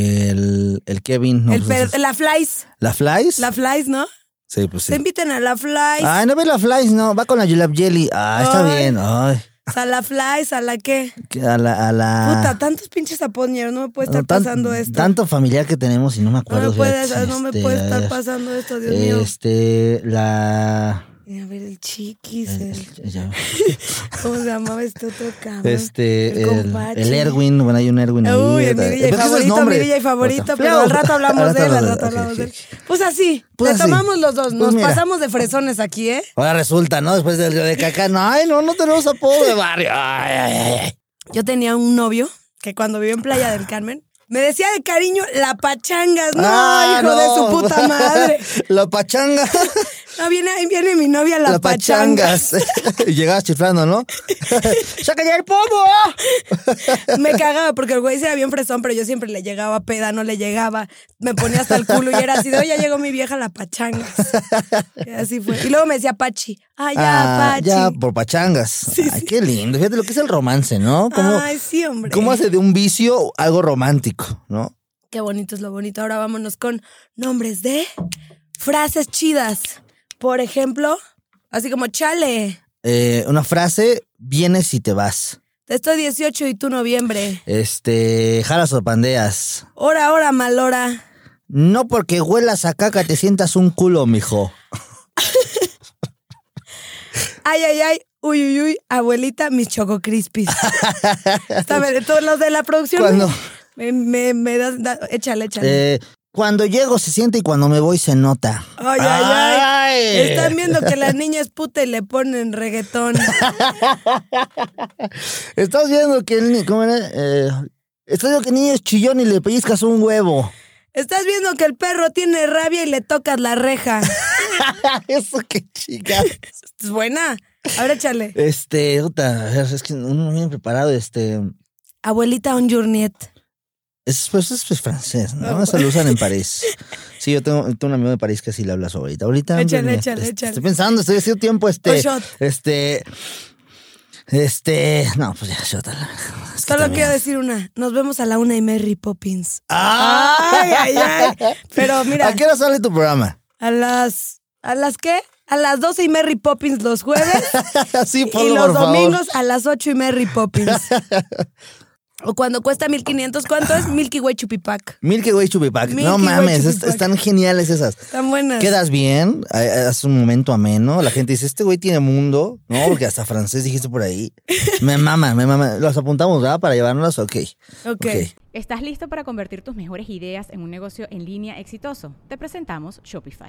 Speaker 4: El, el Kevin. ¿no?
Speaker 3: el
Speaker 4: Pues,
Speaker 3: per- la flies.
Speaker 4: ¿La Flies?
Speaker 3: La flies, ¿no?
Speaker 4: Sí, pues sí.
Speaker 3: Se invitan a la flies.
Speaker 4: Ay, no ve la Flies, no. Va con la Julep Jelly. Ah, está
Speaker 3: Ay.
Speaker 4: bien. Ay.
Speaker 3: A la flies, a la qué.
Speaker 4: que A la. A la...
Speaker 3: Puta, tantos pinches apoñeros. No me puede estar
Speaker 4: Ah. No, tan-
Speaker 3: pasando esto.
Speaker 4: Tanto familiar que tenemos y no me
Speaker 3: no
Speaker 4: acuerdo.
Speaker 3: me, puede,
Speaker 4: fíjate,
Speaker 3: no me
Speaker 4: este,
Speaker 3: puede
Speaker 4: a
Speaker 3: estar
Speaker 4: ver,
Speaker 3: pasando esto, Dios
Speaker 4: Este, la.
Speaker 3: mío. A ver, el chiquis.
Speaker 4: Eh.
Speaker 3: el-
Speaker 4: ya-
Speaker 3: ¿Cómo se llamaba este otro cabrón?
Speaker 4: Este, el,
Speaker 3: compache.
Speaker 4: el Erwin, bueno, hay un Erwin ahí.
Speaker 3: Uy, el
Speaker 4: otra-
Speaker 3: mi DJ
Speaker 4: ¿Pero qué es el
Speaker 3: favorito, mi
Speaker 4: nombre?
Speaker 3: DJ favorito,
Speaker 4: Puta.
Speaker 3: pero al rato hablamos de él, al rato
Speaker 4: ok,
Speaker 3: hablamos de él.
Speaker 4: ok.
Speaker 3: Pues así,
Speaker 4: Pues
Speaker 3: le
Speaker 4: así.
Speaker 3: tomamos los dos,
Speaker 4: Pues
Speaker 3: nos
Speaker 4: mira.
Speaker 3: pasamos de fresones aquí, ¿eh?
Speaker 4: Ahora resulta, ¿no? Después del río de caca, no, ay, no, no tenemos apodo de barrio. Ay, ay, ay.
Speaker 3: Yo tenía un novio que cuando vivió en Playa del Carmen me decía de cariño la pachangas. No,
Speaker 4: Ah,
Speaker 3: hijo de
Speaker 4: no.
Speaker 3: su puta madre.
Speaker 4: La pachanga.
Speaker 3: No, viene, ahí viene mi novia la,
Speaker 4: La
Speaker 3: pachangas.
Speaker 4: pachangas. Y Llegabas chiflando, ¿no? ¡Saca ya el pomo!
Speaker 3: Me cagaba porque el güey se era bien fresón, pero yo siempre le llegaba peda, no le llegaba. Me ponía hasta el culo y era así, de, "Oye, ya llegó mi vieja la pachangas. Y así fue. Y luego me decía Pachi. Ay, ya,
Speaker 4: Ah,
Speaker 3: Pachi.
Speaker 4: ya, por pachangas. Ay, qué lindo. Fíjate lo que es el romance, ¿no? Cómo-
Speaker 3: Ay, sí, hombre.
Speaker 4: ¿Cómo hace de un vicio algo romántico, no?
Speaker 3: Qué bonito es lo bonito. Ahora vámonos con nombres de frases chidas. Por ejemplo, así como, chale,
Speaker 4: Eh, una frase, vienes y te vas.
Speaker 3: te estoy 18 y tú noviembre.
Speaker 4: Este, jalas o pandeas.
Speaker 3: Hora, hora, mal hora.
Speaker 4: No porque huelas a caca te sientas un culo, mijo.
Speaker 3: Ay, ay, ay. Uy, uy, uy. Abuelita, mis choco crispis. Sabe, de todos los de la producción.
Speaker 4: Cuando-
Speaker 3: Me, me, me das, da- échale, échale.
Speaker 4: Eh, cuando llego se siente y cuando me voy se nota.
Speaker 3: Ay, ay, ay.
Speaker 4: Ay.
Speaker 3: Están viendo que la niña es puta y le ponen reggaetón.
Speaker 4: Estás viendo que el ni- ¿cómo era? Eh, estás viendo que el niño es chillón y le pellizcas un huevo.
Speaker 3: Estás viendo que el perro tiene rabia y le tocas la reja.
Speaker 4: Eso qué chica.
Speaker 3: Es buena. Ahora échale.
Speaker 4: Este, puta, a ver, es que uno no viene preparado, este.
Speaker 3: Abuelita on journet.
Speaker 4: Es, pues, es pues, francés, ¿no? Eso lo usan
Speaker 3: Ah,
Speaker 4: en París. Sí, yo tengo, tengo un amigo de París que sí le habla su abuelita. Ahorita.
Speaker 3: Échale,
Speaker 4: hombre, mira,
Speaker 3: échale,
Speaker 4: este,
Speaker 3: échale.
Speaker 4: Estoy pensando, estoy haciendo tiempo,
Speaker 3: Un
Speaker 4: este.
Speaker 3: shot.
Speaker 4: Este. Este. No, pues ya, shot. Es que
Speaker 3: Solo
Speaker 4: también-
Speaker 3: quiero decir una. Nos vemos a la una y Mary Poppins. Ay,
Speaker 4: ¡Ah!
Speaker 3: ay, ay. Pero mira,
Speaker 4: ¿A qué hora sale tu programa?
Speaker 3: a las. ¿A las qué? A las 12 y Mary Poppins los jueves.
Speaker 4: sí,
Speaker 3: y
Speaker 4: ponlo,
Speaker 3: los
Speaker 4: por favor.
Speaker 3: domingos a las 8 y Mary Poppins. o cuando cuesta 1500, ¿cuánto es? Milky Way Chupipac.
Speaker 4: Milky Way Chupipac.
Speaker 3: Milky
Speaker 4: no
Speaker 3: Way
Speaker 4: mames,
Speaker 3: Chupipac.
Speaker 4: est- están geniales esas.
Speaker 3: Están buenas.
Speaker 4: Quedas bien, ha- haces un momento ameno. La gente dice, este güey tiene mundo, ¿no? Porque hasta francés dijiste por ahí. Me mama, me mama. Los apuntamos, ¿verdad? Para llevárnoslas, ok.
Speaker 3: Ok.
Speaker 4: Ok.
Speaker 2: ¿Estás listo para convertir tus mejores ideas en un negocio en línea exitoso? Te presentamos Shopify.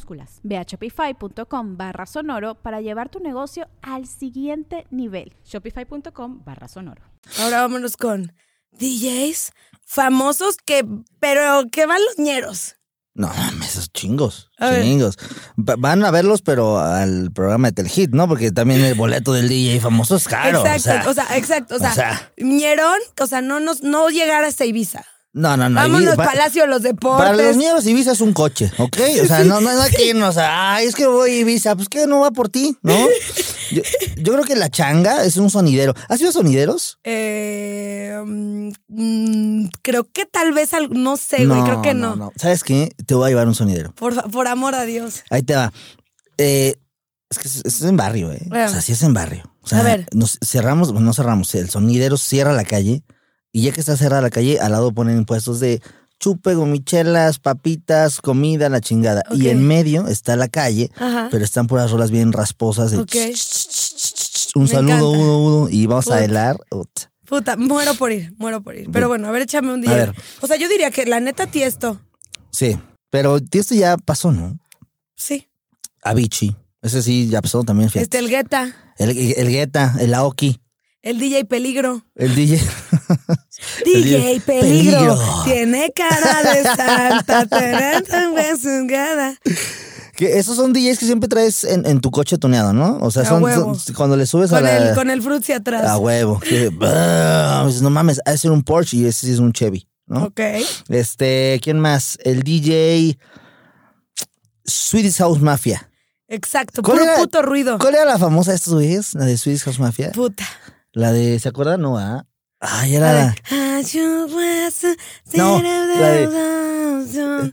Speaker 1: Ve a shopify.com barra sonoro para llevar tu negocio al siguiente nivel.
Speaker 2: Shopify.com barra sonoro.
Speaker 3: Ahora vámonos con DJs famosos que, pero que van los ñeros.
Speaker 4: No mames, esos chingos.
Speaker 3: A ver.
Speaker 4: chingos. Va- Van a verlos, pero al programa de Telhit, ¿no? Porque también el boleto del DJ famoso es caro. o sea,
Speaker 3: exacto, o sea, exacto, o sea,
Speaker 4: o sea.
Speaker 3: ñerón, o sea, no nos, no llegar hasta Ibiza.
Speaker 4: no, no, no.
Speaker 3: Vámonos,
Speaker 4: y va-
Speaker 3: Palacio de los Deportes.
Speaker 4: Para los miedos, Ibiza es un coche, ¿ok? O sea, no, no, no hay que irnos, o sea, ay, es que voy a Ibiza, pues que no va por ti, ¿no? Yo, yo creo que la changa es un sonidero. ¿Has sido sonideros?
Speaker 3: Eh, mm, mm, creo que tal vez, al- no sé, güey, creo que no.
Speaker 4: ¿Sabes qué? Te voy a llevar un sonidero.
Speaker 3: Por, fa- por amor a Dios.
Speaker 4: Ahí te va. Eh, es que es, es en barrio, ¿eh?
Speaker 3: Bueno.
Speaker 4: O sea, sí es en barrio. O sea,
Speaker 3: A ver.
Speaker 4: Nos cerramos, no cerramos, el sonidero cierra la calle y ya que está cerrada la calle, al lado ponen puestos de chupe, gomichelas, papitas, comida, la chingada.
Speaker 3: Ok.
Speaker 4: Y en medio está la calle,
Speaker 3: Ajá.
Speaker 4: pero están puras rolas bien rasposas de
Speaker 3: Ok.
Speaker 4: un
Speaker 3: Me
Speaker 4: saludo,
Speaker 3: encanta.
Speaker 4: uno, uno, y vamos
Speaker 3: Ut.
Speaker 4: a bailar. ut.
Speaker 3: Puta, muero por ir, muero por ir. Pero bueno, a ver, échame un
Speaker 4: A
Speaker 3: día.
Speaker 4: ver.
Speaker 3: O sea, yo diría que la neta Tiesto,
Speaker 4: Sí, pero esto ya pasó, ¿no?
Speaker 3: sí.
Speaker 4: Avicii, ese sí ya pasó también. fíjate.
Speaker 3: Este, el Guetta,
Speaker 4: El, el Guetta, el Aoki,
Speaker 3: el DJ Peligro.
Speaker 4: el DJ.
Speaker 3: DJ
Speaker 4: DJ Peligro.
Speaker 3: Peligro. Tiene cara de santa, tarán, tan besungada.
Speaker 4: Que esos son DJs que siempre traes en, en tu coche tuneado, ¿no? O sea,
Speaker 3: A
Speaker 4: son,
Speaker 3: huevo.
Speaker 4: son- cuando le subes a
Speaker 3: Con
Speaker 4: la.
Speaker 3: el, con el frutzi atrás.
Speaker 4: a huevo. Que, "Bah", dices, no mames, ha de ser un Porsche y ese sí es un Chevy, ¿no?
Speaker 3: Ok.
Speaker 4: Este, ¿quién más? El DJ Swedish House Mafia.
Speaker 3: Exacto,
Speaker 4: ¿Cuál
Speaker 3: puro
Speaker 4: era-
Speaker 3: puto ruido.
Speaker 4: ¿Cuál era la famosa de estos güeyes? La de Swedish House Mafia.
Speaker 3: Puta.
Speaker 4: La de, ¿se acuerdan? No, ah. Ay, era
Speaker 3: La
Speaker 4: la.
Speaker 3: de, "Ah, yo was a-
Speaker 4: No, la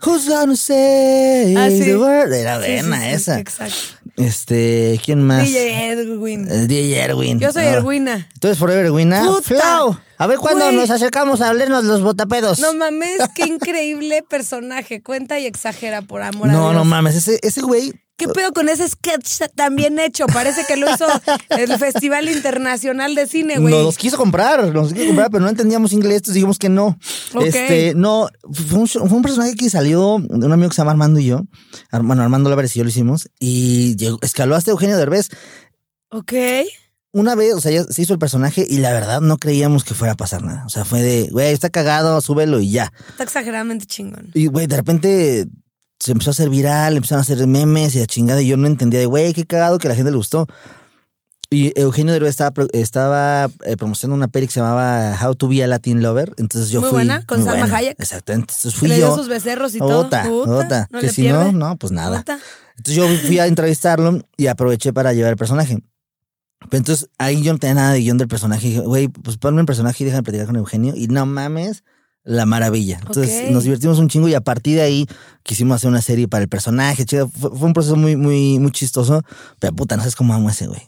Speaker 4: Who's gonna say
Speaker 3: Ah, sí.
Speaker 4: the word? Era
Speaker 3: Sí,
Speaker 4: buena
Speaker 3: sí, sí,
Speaker 4: esa.
Speaker 3: Exacto.
Speaker 4: Este, ¿quién más?
Speaker 3: DJ Edwin.
Speaker 4: El DJ Erwin.
Speaker 3: Yo soy
Speaker 4: Ah.
Speaker 3: Erwina.
Speaker 4: Tú eres Forever Winna.
Speaker 3: Puta.
Speaker 4: Flau. A ver cuándo
Speaker 3: Güey.
Speaker 4: nos acercamos a hablarnos los botapedos.
Speaker 3: No mames, qué increíble personaje. Cuenta y exagera por amor a
Speaker 4: no,
Speaker 3: Dios.
Speaker 4: no mames. Ese, ese güey.
Speaker 3: ¿Qué pedo con ese sketch tan bien hecho? Parece que lo hizo el Festival Internacional de Cine, güey.
Speaker 4: Nos quiso comprar, nos quiso comprar, pero no entendíamos inglés, entonces dijimos que no.
Speaker 3: Ok.
Speaker 4: Este, no, fue un, show- fue un personaje que salió de un amigo que se llama Armando y yo. Ar- Bueno, Armando Álvarez y yo lo hicimos. Y llegó, escaló hasta Eugenio Derbez.
Speaker 3: Ok.
Speaker 4: Una vez, o sea, ya se hizo el personaje y la verdad no creíamos que fuera a pasar nada. O sea, fue de, güey, está cagado, súbelo y ya.
Speaker 3: Está exageradamente chingón.
Speaker 4: Y, güey, de repente se empezó a hacer viral, empezaron a hacer memes y la chingada. Y yo no entendía de, güey, qué cagado que a la gente le gustó. Y Eugenio Derbez estaba, pro- estaba eh, promocionando una peli que se llamaba How to be a Latin Lover. Entonces yo
Speaker 3: Muy
Speaker 4: fui.
Speaker 3: buena, con Salma Hayek.
Speaker 4: Exacto. Entonces fui
Speaker 3: le dio
Speaker 4: yo.
Speaker 3: sus becerros y todo.
Speaker 4: Ota,
Speaker 3: Puta,
Speaker 4: ota.
Speaker 3: No
Speaker 4: que
Speaker 3: le
Speaker 4: si
Speaker 3: pierde.
Speaker 4: no, no, pues nada.
Speaker 3: Ota.
Speaker 4: Entonces yo fui a entrevistarlo y aproveché para llevar el personaje. Pero entonces ahí yo no tenía nada de guión del personaje. Dije, güey, pues ponme el personaje y déjame platicar con Eugenio. Y no mames, la maravilla. Entonces
Speaker 3: Ok.
Speaker 4: nos divertimos un chingo y a partir de ahí quisimos hacer una serie para el personaje. Chica, fue, fue un proceso muy, muy, muy chistoso. Pero puta, no sabes cómo amo a ese güey.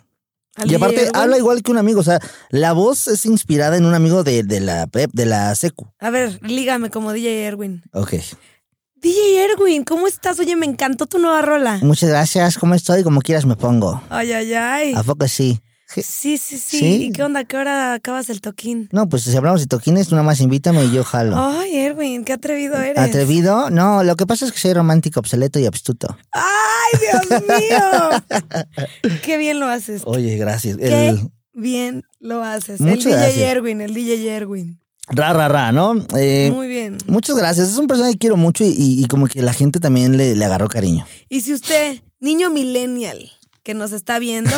Speaker 3: Al
Speaker 4: Y aparte
Speaker 3: DJ,
Speaker 4: habla
Speaker 3: güey.
Speaker 4: igual que un amigo. O sea, la voz es inspirada en un amigo de, de la prep, de la secu.
Speaker 3: A ver, lígame como DJ Erwin.
Speaker 4: Ok.
Speaker 3: DJ Erwin, ¿cómo estás? Oye, me encantó tu nueva rola.
Speaker 4: Muchas gracias. ¿Cómo estoy? Como quieras me pongo.
Speaker 3: Ay, ay, ay.
Speaker 4: ¿A poco sí? Sí.
Speaker 3: Sí, sí, sí.
Speaker 4: Sí.
Speaker 3: ¿Y qué onda? ¿Qué hora acabas el toquín?
Speaker 4: No, pues si hablamos de toquines, tú nada más invítame y yo jalo.
Speaker 3: Ay, Erwin, qué atrevido Oh, eres.
Speaker 4: ¿Atrevido? No, lo que pasa es que soy romántico, obsoleto y abstuto.
Speaker 3: ¡Ay, Dios mío! qué bien lo haces.
Speaker 4: Oye, gracias.
Speaker 3: Qué
Speaker 4: El
Speaker 3: bien lo haces. el
Speaker 4: Muchas
Speaker 3: DJ
Speaker 4: gracias.
Speaker 3: Erwin, el DJ Erwin.
Speaker 4: ra, ra, ra, ¿no? Eh,
Speaker 3: Muy bien.
Speaker 4: muchas gracias. Es un personaje que quiero mucho y, y- y como que la gente también le, le agarró cariño.
Speaker 3: Y si usted, niño millennial, que nos está viendo,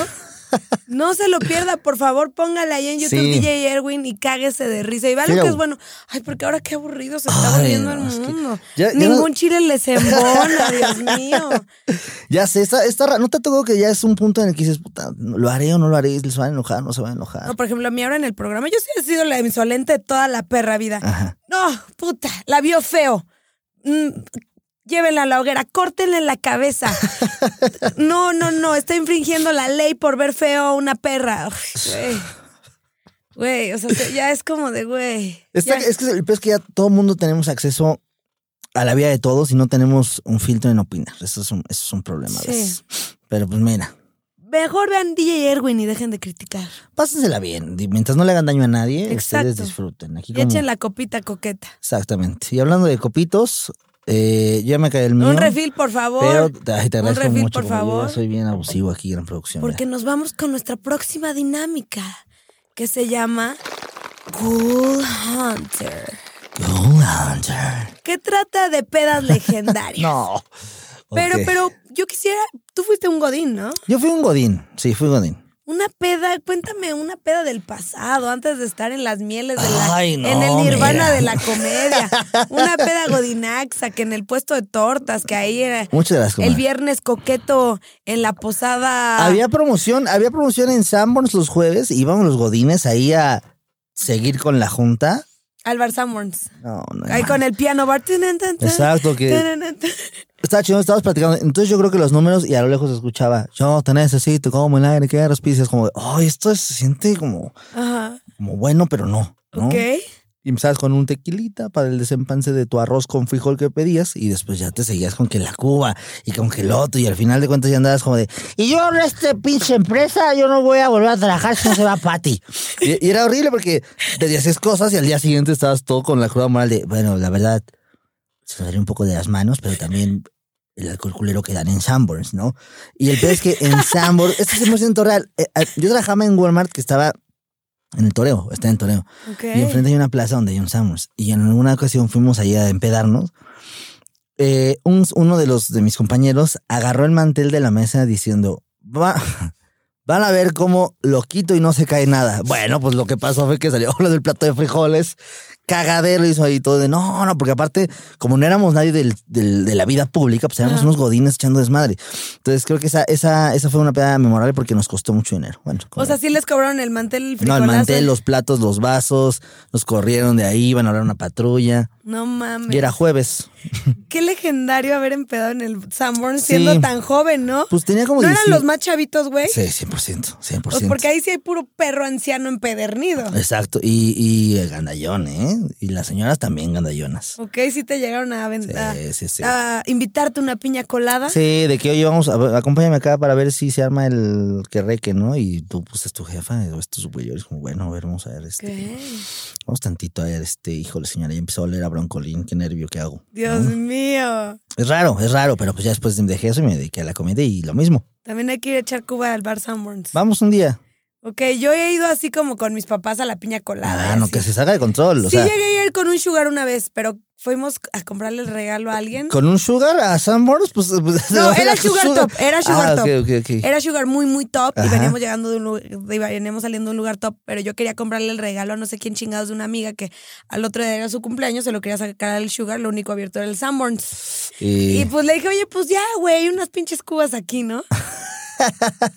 Speaker 3: No se lo pierda, por favor, póngala ahí en YouTube
Speaker 4: Sí.
Speaker 3: DJ Erwin y cáguese de risa. Y vea lo
Speaker 4: Mira,
Speaker 3: que es bueno. Ay, porque ahora qué aburrido se está
Speaker 4: Ay,
Speaker 3: volviendo
Speaker 4: no, es
Speaker 3: el
Speaker 4: que-
Speaker 3: mundo.
Speaker 4: Ya- ya no-
Speaker 3: Ningún chile les embona, Dios mío.
Speaker 4: Ya sé, está, está raro. ¿No te tocó que ya es un punto en el que dices, puta, lo haré o no lo haré? ¿Se van a enojar? ¿No se van a enojar?
Speaker 3: No, por ejemplo, a mí ahora en el programa, yo sí he sido la insolente de toda la perra vida.
Speaker 4: Ajá.
Speaker 3: No, puta, la vio feo. Mm, llévenla a la hoguera, córtenle la cabeza. no, no, no, está infringiendo la ley por ver feo a una perra. Uf, Güey, Güey, o sea, te- ya es como de güey.
Speaker 4: Está-
Speaker 3: ya.
Speaker 4: es que el peor es que ya todo el mundo tenemos acceso a la vida de todos y no tenemos un filtro en opinar. Eso es un, eso es un problema a
Speaker 3: Sí.
Speaker 4: veces. Pero pues mira,
Speaker 3: Mejor vean DJ Erwin y dejen de criticar.
Speaker 4: pásensela bien. Di- Mientras no le hagan daño a nadie, ustedes
Speaker 3: Exacto.
Speaker 4: disfruten. Aquí
Speaker 3: Y
Speaker 4: como-
Speaker 3: echen la copita coqueta.
Speaker 4: Exactamente. Y hablando de copitos, eh, ya me cae el mío.
Speaker 3: Un refil, por favor.
Speaker 4: Pero ay, te
Speaker 3: Un
Speaker 4: agradezco
Speaker 3: refil,
Speaker 4: mucho.
Speaker 3: por
Speaker 4: como yo
Speaker 3: favor.
Speaker 4: soy bien abusivo aquí en producción.
Speaker 3: Porque
Speaker 4: mira.
Speaker 3: nos vamos con nuestra próxima dinámica, que se llama Ghoul Hunter,
Speaker 4: Gold Hunter.
Speaker 3: que trata de pedas legendarias.
Speaker 4: No.
Speaker 3: Pero,
Speaker 4: Ok.
Speaker 3: pero yo quisiera, tú fuiste un godín, ¿no?
Speaker 4: Yo fui un Godín. Sí, fui Godín.
Speaker 3: Una peda, cuéntame una peda del pasado, antes de estar en las mieles de la,
Speaker 4: Ay, no,
Speaker 3: en el nirvana
Speaker 4: mira.
Speaker 3: de la comedia. Una peda godinaxa, que en el puesto de tortas, que ahí era
Speaker 4: Muchas gracias.
Speaker 3: el
Speaker 4: comadre.
Speaker 3: viernes coqueto en la posada.
Speaker 4: Había promoción, había promoción en Sanborns los jueves, íbamos los godines ahí a seguir con la junta.
Speaker 3: Álvaro Sanborns.
Speaker 4: No, no.
Speaker 3: Ahí
Speaker 4: no.
Speaker 3: con el piano bar. Tun, tun, tun,
Speaker 4: Exacto, que
Speaker 3: tun, tun, tun.
Speaker 4: estaba chido, estábamos platicando. Entonces yo creo que los números y a lo lejos se escuchaba, yo te necesito, como el aire, que agarras picias, como, ay, esto se siente como,
Speaker 3: Ajá.
Speaker 4: como bueno, pero no. ¿no?
Speaker 3: Ok.
Speaker 4: Y empezabas con un tequilita para el desempance de tu arroz con frijol que pedías y después ya te seguías con que la cuba y con que el otro y al final de cuentas ya andabas como de y yo ahora esta pinche empresa yo no voy a volver a trabajar si no se va Pati. Y, y era horrible porque te hacías cosas y al día siguiente estabas todo con la cruda moral de bueno, la verdad se salió un poco de las manos, pero también el alcohol culero que dan en Sanborns, ¿no? Y el peor es que en Sanborns, esto es 100% real. Eh, eh, Yo trabajaba en Walmart que estaba en el toreo, está en el toreo.
Speaker 3: Ok.
Speaker 4: Y enfrente hay una plaza donde hay un Samuels. Y en alguna ocasión fuimos allí a empedarnos. Eh, un- uno de los de mis compañeros agarró el mantel de la mesa diciendo: "Va- Van a ver cómo lo quito y no se cae nada. Bueno, pues lo que pasó fue que salió lo del plato de frijoles, cagadero hizo ahí todo de no, no, porque aparte, como no éramos nadie del- del- de la vida pública, pues éramos
Speaker 3: Ajá.
Speaker 4: unos godines echando desmadre. Entonces creo que esa, esa, esa fue una peda memorable porque nos costó mucho dinero. Bueno,
Speaker 3: O
Speaker 4: como-
Speaker 3: sea, sí les cobraron el mantel
Speaker 4: no,
Speaker 3: frijolazo.
Speaker 4: el mantel, los platos, los vasos, nos corrieron de ahí, iban a hablar una patrulla.
Speaker 3: No mames.
Speaker 4: Y era jueves.
Speaker 3: Qué legendario haber empedado en el Sanborns siendo
Speaker 4: Sí.
Speaker 3: tan joven, ¿no?
Speaker 4: Pues tenía como
Speaker 3: ¿No eran
Speaker 4: 18.
Speaker 3: los más chavitos, güey?
Speaker 4: Sí, 100%, 100%.
Speaker 3: Pues porque ahí sí hay puro perro anciano empedernido.
Speaker 4: Exacto, y, y el gandallón, ¿eh? Y las señoras también gandallonas.
Speaker 3: Ok, sí te llegaron a, aven- a-
Speaker 4: Sí, sí, sí.
Speaker 3: a invitarte una piña colada.
Speaker 4: Sí, de que hoy vamos, a ver, acompáñame acá para ver si se arma el que reque, ¿no? Y tú, pues es tu jefa, o es tu superior, es como, bueno, a ver, vamos a ver, este,
Speaker 3: ¿Qué?
Speaker 4: vamos tantito a ver, este, híjole, señora, ya empezó a oler a broncolín, qué nervio, qué hago.
Speaker 3: Dios mío.
Speaker 4: Es raro, es raro, pero pues ya después dejé eso y me dediqué a la comedia y lo mismo.
Speaker 3: También hay que ir a echar cuba al bar Sanborns.
Speaker 4: Vamos un día.
Speaker 3: Ok, yo he ido así como con mis papás a la piña colada.
Speaker 4: Ah, no,
Speaker 3: así.
Speaker 4: que se salga de control. O
Speaker 3: Sí
Speaker 4: sea,
Speaker 3: llegué a ir con un sugar una vez, pero fuimos a comprarle el regalo a alguien.
Speaker 4: con un sugar a Sanborns, pues. pues,
Speaker 3: No,
Speaker 4: o sea,
Speaker 3: era Sugar Top, era Sugar
Speaker 4: ah,
Speaker 3: Top. Eh,
Speaker 4: ok, ok, ok.
Speaker 3: Era sugar muy, muy top y
Speaker 4: Ajá.
Speaker 3: veníamos llegando de un lugar, y veníamos saliendo de un lugar top, pero yo quería comprarle el regalo a no sé quién chingados de una amiga que al otro día era su cumpleaños, se lo quería sacar al sugar, lo único abierto era el Sanborns.
Speaker 4: Y-
Speaker 3: Y pues le dije, oye, pues ya, güey, unas pinches cubas aquí, ¿no?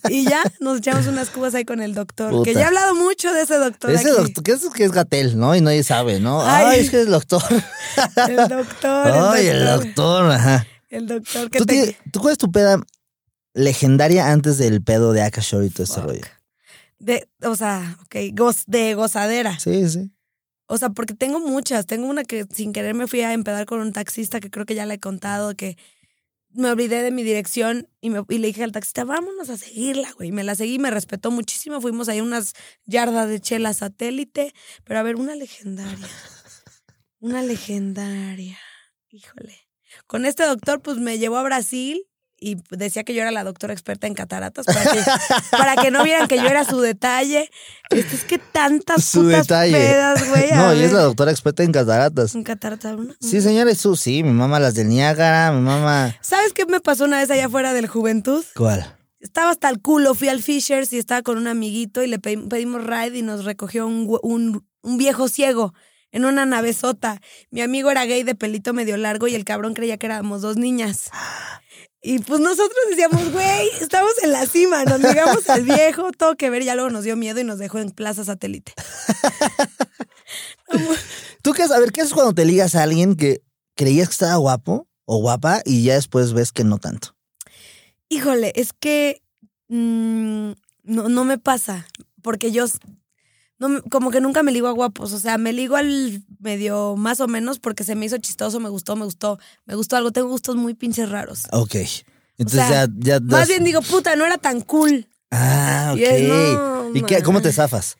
Speaker 3: y ya nos echamos unas cubas ahí con el doctor, que
Speaker 4: Puta.
Speaker 3: ya he hablado mucho de ese doctor.
Speaker 4: ese
Speaker 3: aquí.
Speaker 4: doctor, que es, que es Gatel, ¿no? Y nadie sabe, ¿no?
Speaker 3: Ay.
Speaker 4: Ay, es que es el doctor.
Speaker 3: El doctor.
Speaker 4: Ay,
Speaker 3: el
Speaker 4: el
Speaker 3: doctor.
Speaker 4: doctor, ajá.
Speaker 3: El doctor que
Speaker 4: ¿Tú,
Speaker 3: te-
Speaker 4: ti- tú cuál es tu peda legendaria antes del pedo de Akashore y todo ese
Speaker 3: Fuck.
Speaker 4: rollo?
Speaker 3: de, o sea, ok, goz- de gozadera.
Speaker 4: Sí, sí.
Speaker 3: O sea, porque tengo muchas. Tengo una que sin querer me fui a empedar con un taxista que creo que ya le he contado que me olvidé de mi dirección y, me, y le dije al taxista, vámonos a seguirla, güey. Me la seguí, me respetó muchísimo. Fuimos ahí a unas yardas de chela satélite. Pero a ver, una legendaria. Una legendaria. Híjole. Con este doctor, pues me llevó a Brasil y decía que yo era la doctora experta en cataratas para que, para que no vieran que yo era su detalle. Este es que tantas
Speaker 4: Su
Speaker 3: putas
Speaker 4: detalle.
Speaker 3: pedas, güey. a
Speaker 4: No, y es la
Speaker 3: ver.
Speaker 4: doctora experta en cataratas.
Speaker 3: ¿Un catarata? una-
Speaker 4: Sí, señora, y su, sí, mi mamá las del Niágara, mi mamá.
Speaker 3: ¿Sabes qué me pasó una vez allá afuera del Juventud?
Speaker 4: ¿Cuál?
Speaker 3: estaba hasta el culo, fui al Fishers y estaba con un amiguito y le pedi- pedimos ride y nos recogió un, gu- un, un viejo ciego en una navezota. Mi amigo era gay de pelito medio largo y el cabrón creía que éramos dos niñas. Y pues nosotros decíamos, güey, estamos en la cima, nos llegamos al viejo, todo que ver, ya luego nos dio miedo y nos dejó en Plaza Satélite.
Speaker 4: ¿Tú qué A ver, ¿qué haces cuando te ligas a alguien que creías que estaba guapo o guapa y ya después ves que no tanto?
Speaker 3: Híjole, es que mm, no, no me pasa, porque yo s- no, me- como que nunca me ligo a guapos, o sea, me ligo al medio más o menos porque se me hizo chistoso, me gustó, me gustó, me gustó algo, tengo gustos muy pinches raros.
Speaker 4: Ok. Entonces
Speaker 3: sea,
Speaker 4: ya, ya
Speaker 3: Más
Speaker 4: das-
Speaker 3: bien digo, puta, no era tan cool.
Speaker 4: Ah, ok.
Speaker 3: Y es, no,
Speaker 4: ¿Y qué-
Speaker 3: man.
Speaker 4: cómo te zafas?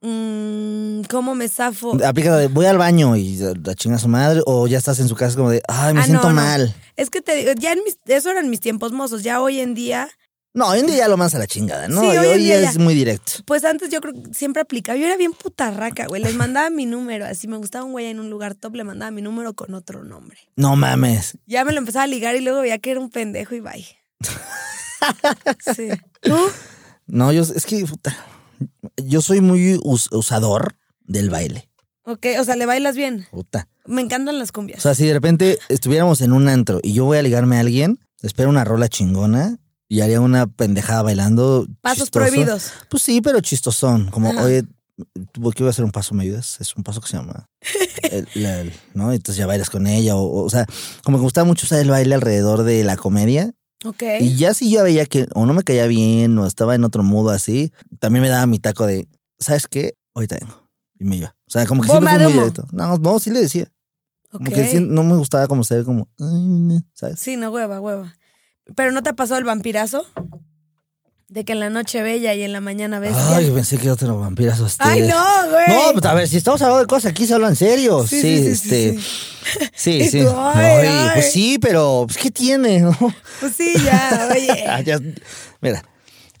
Speaker 3: Mm, ¿Cómo me zafo?
Speaker 4: Aplica la de voy al baño y la chinga a su madre o ya estás en su casa como de, ay, me
Speaker 3: Ah, no,
Speaker 4: siento
Speaker 3: no.
Speaker 4: mal.
Speaker 3: Es que te digo, ya en mis, eso eran mis tiempos mozos, ya hoy en día,
Speaker 4: No, hoy en día ya lo mandas a la chingada, ¿no?
Speaker 3: Sí, hoy
Speaker 4: Y
Speaker 3: en
Speaker 4: hoy
Speaker 3: día
Speaker 4: es
Speaker 3: ya.
Speaker 4: muy directo.
Speaker 3: pues antes yo creo que siempre aplicaba, yo era bien putarraca, güey, les mandaba mi número, así me gustaba un güey en un lugar top, le mandaba mi número con otro nombre.
Speaker 4: No mames.
Speaker 3: Ya me lo empezaba a ligar y luego veía que era un pendejo y bye. Sí. ¿Tú?
Speaker 4: No, yo es que puta, yo soy muy us- usador del baile.
Speaker 3: Ok, o sea, le bailas bien.
Speaker 4: Puta.
Speaker 3: Me encantan las
Speaker 4: O
Speaker 3: cumbias.
Speaker 4: sea, si de repente estuviéramos en un antro y yo voy a ligarme a alguien, espero una rola chingona y haría una pendejada bailando.
Speaker 3: Pasos
Speaker 4: chistoso.
Speaker 3: prohibidos.
Speaker 4: Pues sí, pero chistosón. Como,
Speaker 3: Ajá.
Speaker 4: oye, ¿tú ¿por qué voy a hacer un paso? ¿Me ayudas? Es un paso que se llama. el- la- el- ¿No? Entonces ya bailas con ella. O, o- o sea, como que me gustaba mucho usar el baile alrededor de la comedia.
Speaker 3: Ok.
Speaker 4: Y ya si yo veía que o no me caía bien o estaba en otro modo así, también me daba mi taco de, ¿sabes qué? Hoy tengo. Y me iba. O sea, como que siempre
Speaker 3: Bomba
Speaker 4: fui
Speaker 3: de
Speaker 4: muy
Speaker 3: humo.
Speaker 4: directo. No, no, sí le decía. Como que sí,
Speaker 3: ok.
Speaker 4: no me gustaba como ser como, "Ay, no", ¿sabes?
Speaker 3: Sí, no, hueva, hueva. ¿Pero no te ha pasado el vampirazo? De que en la noche bella y en la mañana bestia.
Speaker 4: Ay, pensé que otro vampiro asusté.
Speaker 3: Ay, no, güey.
Speaker 4: No, pues, a ver, si estamos hablando de cosas aquí, se habla en serio. Sí,
Speaker 3: Sí, sí, sí,
Speaker 4: este.
Speaker 3: sí,
Speaker 4: Sí,
Speaker 3: Y
Speaker 4: sí.
Speaker 3: tú, ay, ay.
Speaker 4: Pues sí, pero pues, ¿qué tiene? no?
Speaker 3: Pues sí, ya, oye.
Speaker 4: Ah, ya, mira,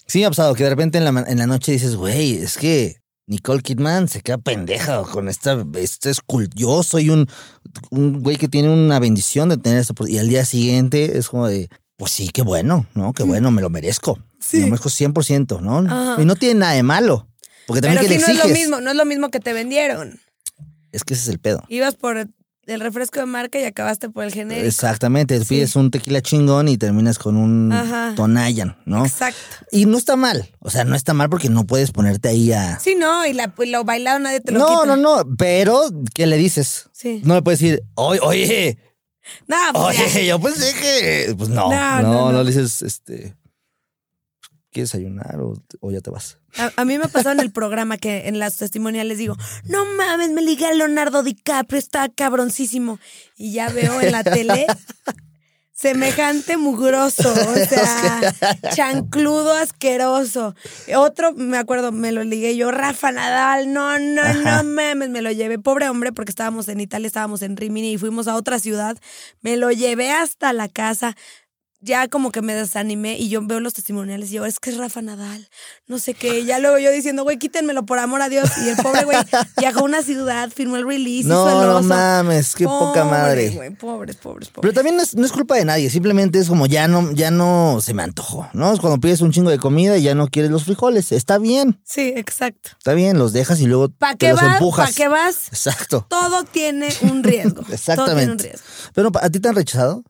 Speaker 4: sí me ha pasado que de repente en la, ma- en la noche dices, güey, es que Nicole Kidman se queda pendeja con esta, esta escul- Yo soy un, un güey que tiene una bendición de tener esto. Y al día siguiente es como de, pues sí, qué bueno, ¿no? Qué bueno, me lo merezco.
Speaker 3: Mm. Sí.
Speaker 4: Me lo merezco 100%, ¿no?
Speaker 3: Ajá.
Speaker 4: Y no tiene nada de malo. Porque también
Speaker 3: Pero
Speaker 4: que
Speaker 3: sí, no
Speaker 4: le
Speaker 3: es
Speaker 4: exiges.
Speaker 3: lo mismo, no es lo mismo que te vendieron.
Speaker 4: Es que ese es el pedo.
Speaker 3: Ibas por el refresco de marca y acabaste por el genérico.
Speaker 4: Exactamente, pides un tequila chingón y terminas con un
Speaker 3: Ajá.
Speaker 4: Tonayan, ¿no?
Speaker 3: Exacto.
Speaker 4: Y no está mal, o sea, no está mal porque no puedes ponerte ahí a...
Speaker 3: Sí, no, y la, pues, lo bailado nadie te lo
Speaker 4: no,
Speaker 3: quita.
Speaker 4: no, no, pero ¿qué le dices?
Speaker 3: Sí.
Speaker 4: No le puedes decir, oye, oye,
Speaker 3: No, pues,
Speaker 4: oye, yo pensé que... Pues no,
Speaker 3: No,
Speaker 4: no, no,
Speaker 3: no, no.
Speaker 4: le dices, este, ¿quieres ayunar o, o ya te vas?
Speaker 3: A, a mí me ha pasado en el programa que en las testimoniales digo, no mames, me ligué a Leonardo DiCaprio, está cabroncísimo. Y ya veo en la tele semejante mugroso, o sea, chancludo asqueroso. Otro, me acuerdo, me lo ligué yo, Rafa Nadal, no, no,
Speaker 4: Ajá.
Speaker 3: no mames, me lo llevé, pobre hombre, porque estábamos en Italia, estábamos en Rimini y fuimos a otra ciudad, me lo llevé hasta la casa. Ya como que me desanimé y yo veo los testimoniales y yo, es que es Rafa Nadal, no sé qué. Y Ya luego yo diciendo, güey, quítenmelo por amor a Dios. Y el pobre güey viajó a una ciudad, firmó el release,
Speaker 4: No,
Speaker 3: hizo el
Speaker 4: no
Speaker 3: oso.
Speaker 4: mames, qué
Speaker 3: Pobre,
Speaker 4: poca madre.
Speaker 3: güey, pobres, pobres,
Speaker 4: Pero
Speaker 3: pobres.
Speaker 4: también no es, no es culpa de nadie, simplemente es como ya no, ya no se me antojó, ¿no? Es cuando pides un chingo de comida y ya no quieres los frijoles. Está bien,
Speaker 3: Sí, exacto.
Speaker 4: está bien, los dejas y luego
Speaker 3: ¿Para
Speaker 4: te
Speaker 3: qué
Speaker 4: los
Speaker 3: vas?
Speaker 4: empujas.
Speaker 3: ¿Para qué vas?
Speaker 4: Exacto.
Speaker 3: Todo tiene un riesgo. Todo tiene un
Speaker 4: Exactamente.
Speaker 3: riesgo.
Speaker 4: Pero ¿a ti te han rechazado?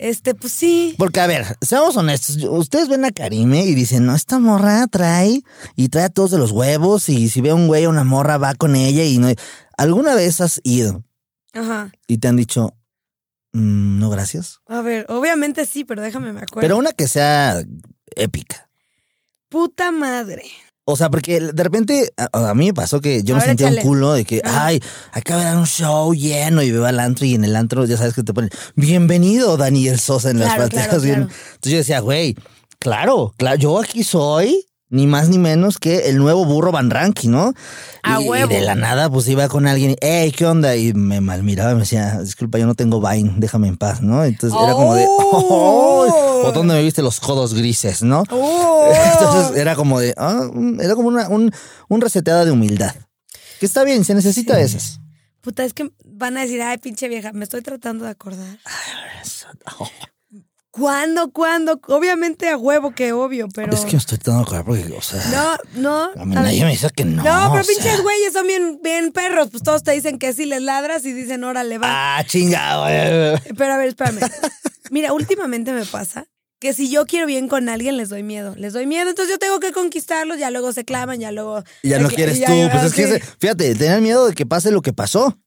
Speaker 3: Este, pues sí.
Speaker 4: Porque, a ver, seamos honestos, yo- ustedes ven a Karime y dicen, no, esta morra trae y trae a todos de los huevos y si ve a un güey o una morra va con ella y no... ¿Alguna vez has ido
Speaker 3: Ajá.
Speaker 4: y te han dicho, "Mm, no, gracias?
Speaker 3: A ver, obviamente sí, pero déjame me acuerdo.
Speaker 4: Pero una que sea épica.
Speaker 3: Puta madre.
Speaker 4: O sea, porque de repente a, a mí me pasó que yo
Speaker 3: A
Speaker 4: me
Speaker 3: ver,
Speaker 4: sentía
Speaker 3: échale.
Speaker 4: un culo de que,
Speaker 3: Ajá.
Speaker 4: ay, acaba de dar un show lleno y veo al antro y en el antro ya sabes que te ponen, bienvenido Daniel Sosa en
Speaker 3: Claro,
Speaker 4: las pantallas.
Speaker 3: claro,
Speaker 4: bien.
Speaker 3: claro.
Speaker 4: Entonces yo decía, güey, claro, claro, yo aquí soy ni más ni menos que el nuevo burro Van Ranking, ¿no?
Speaker 1: A
Speaker 4: y, y
Speaker 1: huevo.
Speaker 4: de la nada pues iba con alguien, hey, ¿qué onda? Y me malmiraba, me decía, disculpa, yo no tengo Vine, déjame en paz, ¿no? Entonces era como de,
Speaker 3: Oh.
Speaker 4: ¿o dónde me viste los codos grises, no?
Speaker 3: Oh.
Speaker 4: Entonces era como de, ah, un- era como una, un, un reseteado de humildad. Que está bien, se necesita de esas.
Speaker 3: Puta, es que van a decir, ay, pinche vieja, me estoy tratando de acordar. ¿Cuándo, cuándo? Obviamente a huevo que obvio, pero...
Speaker 4: Es que no estoy tan de acuerdo porque, o sea.
Speaker 3: No, no.
Speaker 4: a mí nadie me dice que no.
Speaker 3: No, pero
Speaker 4: o sea.
Speaker 3: pinches güeyes son bien, bien perros. Pues todos te dicen que sí les ladras y dicen, órale, va.
Speaker 4: Ah, chingado. eh.
Speaker 3: Pero a ver, espérame. Mira, últimamente me pasa que si yo quiero bien con alguien, les doy miedo. Les doy miedo, entonces yo tengo que conquistarlos, ya luego se claman, ya luego...
Speaker 4: Ya no quieres tú. Pues es que,
Speaker 3: sí.
Speaker 4: ese- fíjate, tener miedo de que pase lo que pasó.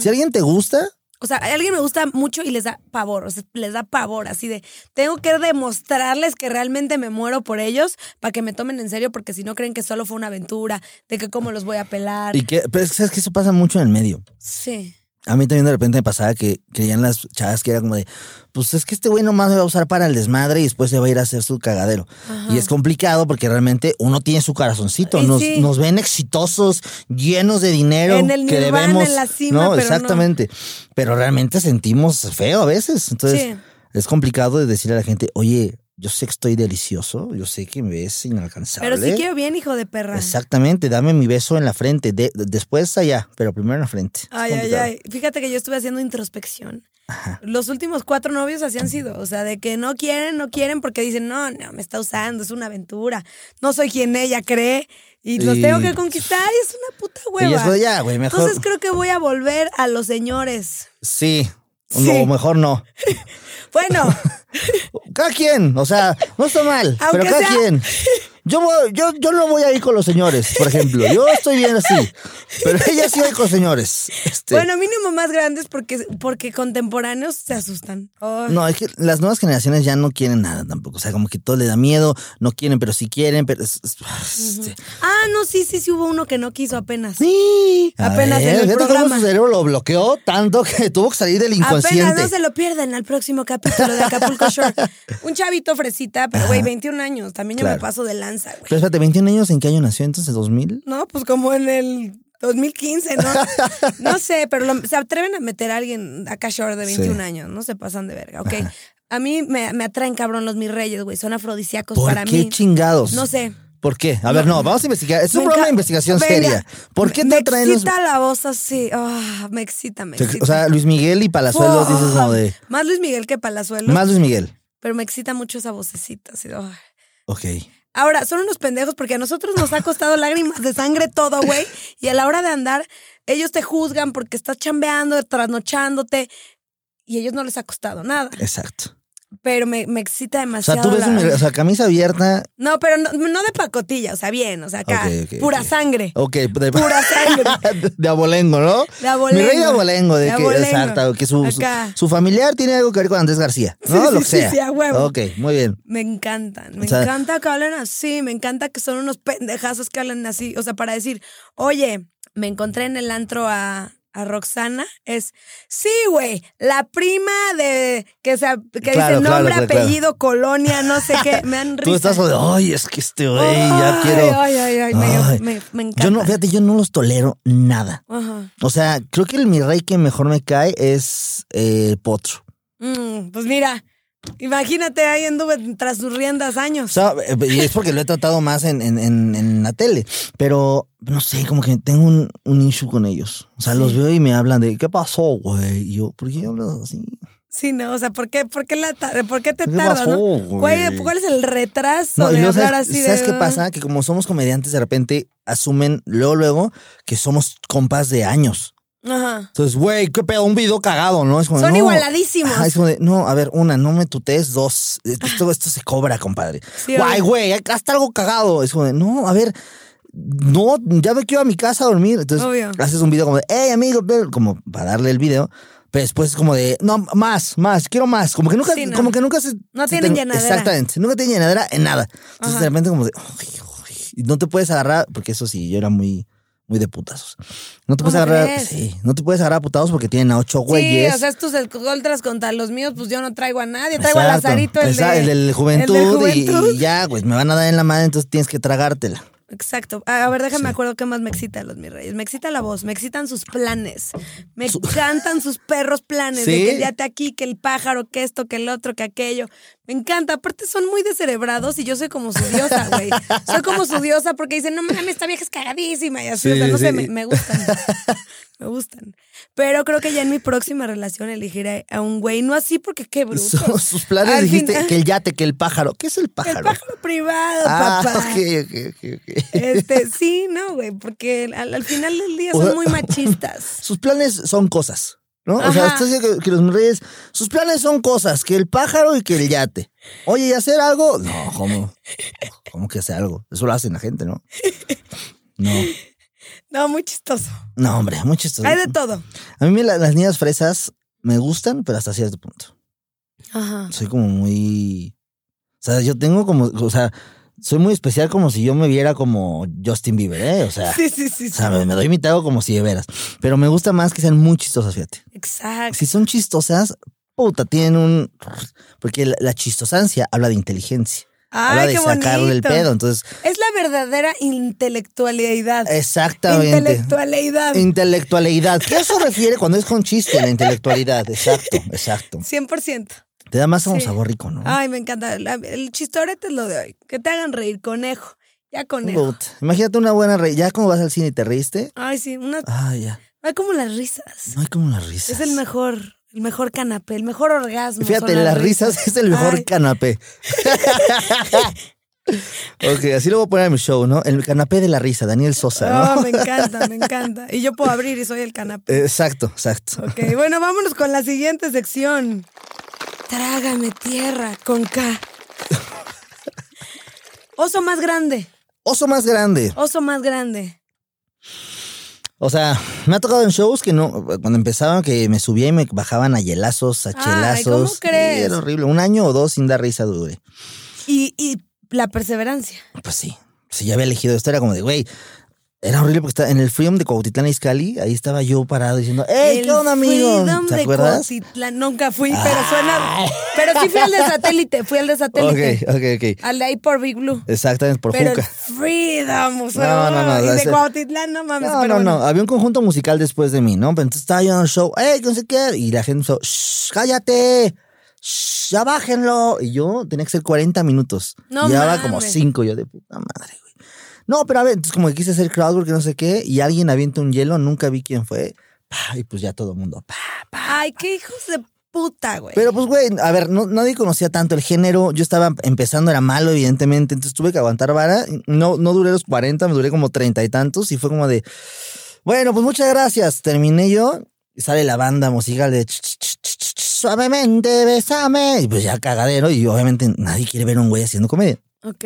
Speaker 4: Si alguien te gusta,
Speaker 3: O sea, a alguien me gusta mucho y les da pavor, o sea, les da pavor, así de, tengo que demostrarles que realmente me muero por ellos para que me tomen en serio, porque si no creen que solo fue una aventura, de que cómo los voy a pelar.
Speaker 4: y que, pero es que sabes que eso pasa mucho en el medio.
Speaker 3: Sí.
Speaker 4: A mí también de repente me pasaba que creían las chavas que era como de, pues es que este güey nomás me va a usar para el desmadre y después se va a ir a hacer su cagadero. Y es complicado porque realmente uno tiene su corazoncito,
Speaker 3: Y
Speaker 4: nos,
Speaker 3: sí.
Speaker 4: nos ven exitosos, llenos de dinero
Speaker 3: En el
Speaker 4: que
Speaker 3: nirvana,
Speaker 4: debemos.
Speaker 3: en la cima,
Speaker 4: no,
Speaker 3: pero no.
Speaker 4: exactamente. Pero realmente sentimos feo a veces. Entonces
Speaker 3: Sí.
Speaker 4: es complicado de decirle a la gente, oye, yo sé que estoy delicioso, yo sé que me ves inalcanzable.
Speaker 3: Pero sí quiero bien, hijo de perra.
Speaker 4: Exactamente, dame mi beso en la frente, de- de- después allá, pero primero en la frente. Es
Speaker 3: Ay, ay,
Speaker 4: complicado.
Speaker 3: ay. Fíjate que yo estuve haciendo introspección. Los últimos cuatro novios así han sido. O sea, de que no quieren, no quieren porque dicen, no, no, me está usando, es una aventura. No soy quien ella cree y los
Speaker 4: Y-
Speaker 3: tengo que conquistar y es una puta hueva.
Speaker 4: Y eso ya, güey, mejor.
Speaker 3: Entonces creo que voy a volver a los señores.
Speaker 4: Sí.
Speaker 3: Sí.
Speaker 4: No, mejor no.
Speaker 3: Bueno,
Speaker 4: Cada quien, o sea, no está mal,
Speaker 3: Aunque
Speaker 4: pero cada
Speaker 3: sea-
Speaker 4: quien. Yo, voy- yo, yo no voy a ir con los señores, por ejemplo. Yo estoy bien así, pero ella sí va a ir con los señores. Este,
Speaker 3: bueno, mínimo más grandes porque, porque contemporáneos se asustan. Oh,
Speaker 4: No, es que las nuevas generaciones ya no quieren nada tampoco. O sea, como que todo le da miedo, no quieren, pero sí quieren, pero. es- es- este,
Speaker 3: Ah, no, sí, sí, sí hubo uno que no quiso apenas.
Speaker 4: Sí. A
Speaker 3: Apenas en el
Speaker 4: fíjate
Speaker 3: programa.
Speaker 4: cómo su cerebro lo bloqueó tanto que tuvo que salir del
Speaker 3: Apenas
Speaker 4: inconsciente.
Speaker 3: no se lo pierdan al próximo capítulo de Acapulco Shore. Un chavito fresita, pero güey, 21 años. También yo me
Speaker 4: Claro.
Speaker 3: paso de lanza, güey.
Speaker 4: Pero espérate, 21 años, ¿en qué año nació entonces? ¿2000?
Speaker 3: No, pues como en el 2015, ¿no? No sé, pero lo- se atreven a meter a alguien acá short de 21
Speaker 4: Sí.
Speaker 3: años. No se pasan de verga, ¿ok? A mí me, me atraen cabrón los mis reyes, güey. Son afrodisíacos
Speaker 4: ¿Por
Speaker 3: para
Speaker 4: qué
Speaker 3: mí.
Speaker 4: chingados?
Speaker 3: No sé.
Speaker 4: ¿Por qué? A ver, no, vamos a investigar. Es
Speaker 3: Me
Speaker 4: un programa
Speaker 3: enca-
Speaker 4: de investigación
Speaker 3: Venga.
Speaker 4: seria. ¿Por qué
Speaker 3: me
Speaker 4: te traen los...
Speaker 3: excita la voz así. Ah, me excita, me excita.
Speaker 4: O sea, Luis Miguel y Palazuelos
Speaker 3: Wow.
Speaker 4: dices como de...
Speaker 3: Más Luis Miguel que Palazuelos,
Speaker 4: Más Luis Miguel.
Speaker 3: pero me excita mucho esa vocecita. Así, de, ah.
Speaker 4: Ok.
Speaker 3: Ahora, son unos pendejos porque a nosotros nos ha costado lágrimas de sangre todo, güey. Y a la hora de andar, ellos te juzgan porque estás chambeando, trasnochándote. Y a ellos no les ha costado nada.
Speaker 4: Exacto.
Speaker 3: Pero me, me excita
Speaker 4: O sea,
Speaker 3: demasiado.
Speaker 4: tú ves
Speaker 3: la-
Speaker 4: un- o sea, camisa abierta.
Speaker 3: No, pero no, no de pacotilla, o sea, bien, o sea, acá,
Speaker 4: Ok, ok,
Speaker 3: pura
Speaker 4: ok.
Speaker 3: sangre.
Speaker 4: Ok, de,
Speaker 3: Pura sangre.
Speaker 4: de abolengo, ¿no?
Speaker 3: De abolengo.
Speaker 4: Mi rey de abolengo, de,
Speaker 3: De
Speaker 4: que
Speaker 3: abolengo.
Speaker 4: exacto, que su, su-
Speaker 3: Acá.
Speaker 4: su familiar tiene algo que ver con Andrés García,
Speaker 3: Sí,
Speaker 4: ¿no?
Speaker 3: sí,
Speaker 4: Lo que
Speaker 3: sí,
Speaker 4: sea.
Speaker 3: sí, a huevo.
Speaker 4: Ok, muy bien.
Speaker 3: Me encantan, me
Speaker 4: O sea-
Speaker 3: encanta que hablen así, me encanta que son unos pendejazos que hablan así. O sea, para decir, oye, me encontré en el antro a, a Roxana, es, sí, güey, la prima de, que, se, que
Speaker 4: Claro,
Speaker 3: dice
Speaker 4: claro,
Speaker 3: nombre,
Speaker 4: claro, claro.
Speaker 3: apellido, colonia, no sé qué, me han
Speaker 4: Tú
Speaker 3: risa.
Speaker 4: estás como de, ay, es que este güey ya
Speaker 3: Ay,
Speaker 4: quiero.
Speaker 3: ay, ay, ay, me-
Speaker 4: Ay.
Speaker 3: me- me
Speaker 4: Yo no,
Speaker 3: encanta.
Speaker 4: fíjate, yo no los tolero nada.
Speaker 3: Ajá.
Speaker 4: O sea, creo que el mi rey que mejor me cae es eh, Potro.
Speaker 3: Mm, pues mira, imagínate, ahí anduve tras sus riendas
Speaker 4: O
Speaker 3: años.
Speaker 4: sea, y es porque lo he tratado más en, en- en- en la tele. Pero no sé, como que tengo un, un issue con ellos. O sea, los veo y me hablan de ¿qué pasó, güey? Y yo, ¿por qué hablas así?
Speaker 3: Sí, no, o sea, ¿por qué, por qué, la ta- por qué te
Speaker 4: ¿Qué
Speaker 3: tardas,
Speaker 4: pasó,
Speaker 3: no?
Speaker 4: güey?
Speaker 3: ¿Cuál, cuál es el retraso
Speaker 4: No, y
Speaker 3: de
Speaker 4: luego,
Speaker 3: hablar
Speaker 4: ¿sabes,
Speaker 3: así de-
Speaker 4: ¿sabes qué pasa? Que como somos comediantes, de repente asumen luego, luego, que somos compas de años.
Speaker 3: Ajá.
Speaker 4: Entonces, güey, qué pedo, un video cagado, ¿no? Es como,
Speaker 3: Son
Speaker 4: no.
Speaker 3: igualadísimos.
Speaker 4: Ajá, es como de, no, a ver, una, no me tutees, dos, esto, esto se cobra, compadre.
Speaker 3: Sí,
Speaker 4: Guay,
Speaker 3: obvio.
Speaker 4: güey, hasta algo cagado. Es como de, no, a ver, no, ya me quiero a mi casa a dormir. Entonces,
Speaker 3: Obvio.
Speaker 4: haces un video como de, hey, amigo, bla, como para darle el video. Pero después es como de, no, más, más, quiero más. Como que nunca,
Speaker 3: Sí, no.
Speaker 4: como que nunca se...
Speaker 3: No
Speaker 4: se
Speaker 3: tienen
Speaker 4: te-
Speaker 3: llenadera.
Speaker 4: Exactamente, nunca tienen llenadera en nada. Entonces,
Speaker 3: Ajá.
Speaker 4: de repente como de, "Ay, ay", y no te puedes agarrar, porque eso sí, yo era muy... Muy de putazos. No te
Speaker 3: ¿Cómo
Speaker 4: puedes agarrar.
Speaker 3: crees?
Speaker 4: Sí, no te puedes agarrar a putazos porque tienen a ocho
Speaker 3: Sí,
Speaker 4: güeyes.
Speaker 3: o sea, estos contras contra los míos, pues yo no traigo a nadie. Traigo a
Speaker 4: Exacto.
Speaker 3: Lazarito, el,
Speaker 4: Esa-
Speaker 3: de,
Speaker 4: el del juventud,
Speaker 3: el del
Speaker 4: y-
Speaker 3: Juventud.
Speaker 4: Y, ya, güey, me van a dar en la madre, entonces tienes que tragártela.
Speaker 3: Exacto. A a ver, déjame acuerdo qué más me excita de los mis reyes. Me excita la voz, me excitan sus planes. Me encantan sus perros planes. De
Speaker 4: ¿Sí?
Speaker 3: que el yate aquí, que el pájaro, que esto, que el otro, que aquello. Me encanta, aparte son muy descerebrados y yo soy como su diosa, güey. Soy como su diosa porque dicen, no mames, esta vieja es cagadísima y así, o sea,
Speaker 4: Sí,
Speaker 3: no sé,
Speaker 4: sí.
Speaker 3: me, me gustan. Me gustan. Pero creo que ya en mi próxima relación elegiré a un güey, no así porque qué bruto.
Speaker 4: Sus, sus planes
Speaker 3: Al
Speaker 4: dijiste
Speaker 3: final-
Speaker 4: que el yate, que el pájaro. ¿Qué es el pájaro?
Speaker 3: El pájaro privado,
Speaker 4: ah,
Speaker 3: papá.
Speaker 4: ok, ok, ok, ok.
Speaker 3: Este, sí, no, güey, porque al, al final del día
Speaker 4: O sea-
Speaker 3: son muy machistas.
Speaker 4: Sus planes son cosas, ¿no? O sea,
Speaker 3: Ajá.
Speaker 4: estás diciendo que, que los reyes, sus planes son cosas, que el pájaro y que el yate. Oye, ¿y hacer algo? No, ¿cómo? ¿Cómo que hacer algo? Eso lo hacen la gente, ¿no? No,
Speaker 3: No, muy chistoso.
Speaker 4: no, hombre, muy chistoso.
Speaker 3: Hay de todo.
Speaker 4: A mí la- las niñas fresas me gustan, pero hasta cierto punto.
Speaker 3: Ajá.
Speaker 4: soy como muy. O sea, yo tengo como. O sea, soy muy especial como si yo me viera como Justin Bieber, ¿eh? O sea,
Speaker 3: Sí, sí, sí.
Speaker 4: o
Speaker 3: sí.
Speaker 4: sea, me, me doy mi trago como si de veras. Pero me gusta más que sean muy chistosas, fíjate.
Speaker 3: Exacto.
Speaker 4: Si son chistosas, puta, tienen un. Porque la, la chistosancia habla de inteligencia. habla
Speaker 3: Ay,
Speaker 4: de
Speaker 3: qué
Speaker 4: sacarle el
Speaker 3: bonito.
Speaker 4: pedo. Entonces,
Speaker 3: Es la verdadera intelectualidad.
Speaker 4: exactamente.
Speaker 3: Intelectualidad.
Speaker 4: Intelectualidad. ¿Qué eso refiere cuando es con chiste la intelectualidad? Exacto, exacto.
Speaker 3: 100%.
Speaker 4: Te da más un
Speaker 3: Sí.
Speaker 4: sabor rico, ¿no?
Speaker 3: Ay, me encanta. La- el chistorete es lo de hoy. Que te hagan reír, conejo. Ya conejo.
Speaker 4: Puta, Imagínate una buena re... Ya cuando vas al cine y te reíste,
Speaker 3: Ay, sí. Una,
Speaker 4: Ah, ya.
Speaker 3: hay como las risas.
Speaker 4: No hay como las risas.
Speaker 3: Es el mejor, el mejor canapé, el mejor orgasmo.
Speaker 4: Fíjate,
Speaker 3: son
Speaker 4: las risas es el mejor
Speaker 3: Ay.
Speaker 4: canapé. ok, así lo voy a poner en mi show, ¿no? El canapé de la risa, Daniel Sosa, ¿no?
Speaker 3: Oh, me encanta, me encanta. Y yo puedo abrir y soy el canapé.
Speaker 4: Exacto, exacto.
Speaker 3: Ok, bueno, vámonos con la siguiente sección. Trágame tierra con K. Oso más grande,
Speaker 4: Oso más grande.
Speaker 3: oso más grande.
Speaker 4: O sea, me ha tocado en shows que no, cuando empezaban que me subía y me bajaban a hielazos, a
Speaker 3: Ay,
Speaker 4: chelazos.
Speaker 3: ¿cómo crees?
Speaker 4: Y Era horrible. Un año o dos sin dar risa dure.
Speaker 3: Y, y la perseverancia.
Speaker 4: Pues sí. Si ya había elegido esto, era como de, güey. Era horrible porque estaba en el Freedom de Cuautitlán Izcalli, ahí estaba yo parado diciendo, ¡Ey,
Speaker 3: El
Speaker 4: qué onda, amigo!
Speaker 3: Freedom
Speaker 4: ¿Te
Speaker 3: de
Speaker 4: acuerdas?
Speaker 3: Cuautitlán. Nunca fui, pero suena. Pero sí fui al de satélite, fui al de satélite.
Speaker 4: Ok, ok, ok.
Speaker 3: Al de ahí por Big Blue.
Speaker 4: Exactamente, por
Speaker 3: pero el
Speaker 4: Juca.
Speaker 3: Freedom, o sea,
Speaker 4: No, no, no,
Speaker 3: Y de
Speaker 4: ese-
Speaker 3: Cuautitlán, no mames.
Speaker 4: No,
Speaker 3: pero
Speaker 4: no,
Speaker 3: bueno.
Speaker 4: no. Había un conjunto musical después de mí, ¿no? Pero entonces estaba yo en el show, ¡eh, que no sé qué! Y la gente empezó, "Shh, cállate! Shh, ¡Ya bájenlo! Y yo tenía que ser 40 minutos.
Speaker 3: No
Speaker 4: Llevaba
Speaker 3: mames.
Speaker 4: como 5 yo de puta madre, güey. No, pero a ver, entonces como que quise hacer crowd work, no sé qué, y alguien avienta un hielo, nunca vi quién fue. pa, Y pues ya todo el mundo, pa,
Speaker 3: Ay, qué hijos de puta, güey.
Speaker 4: Pero pues, güey, a ver, no, nadie conocía tanto el género. Yo estaba empezando, era malo, evidentemente. Entonces tuve que aguantar vara. No, no duré los 40, me duré como treinta y tantos. Y fue como de, bueno, pues muchas gracias. Terminé yo. Y sale la banda musical de ch- ch- ch- ch- ch- suavemente, besame. Y pues ya cagadero. Y obviamente nadie quiere ver a un güey haciendo comedia.
Speaker 3: Ok.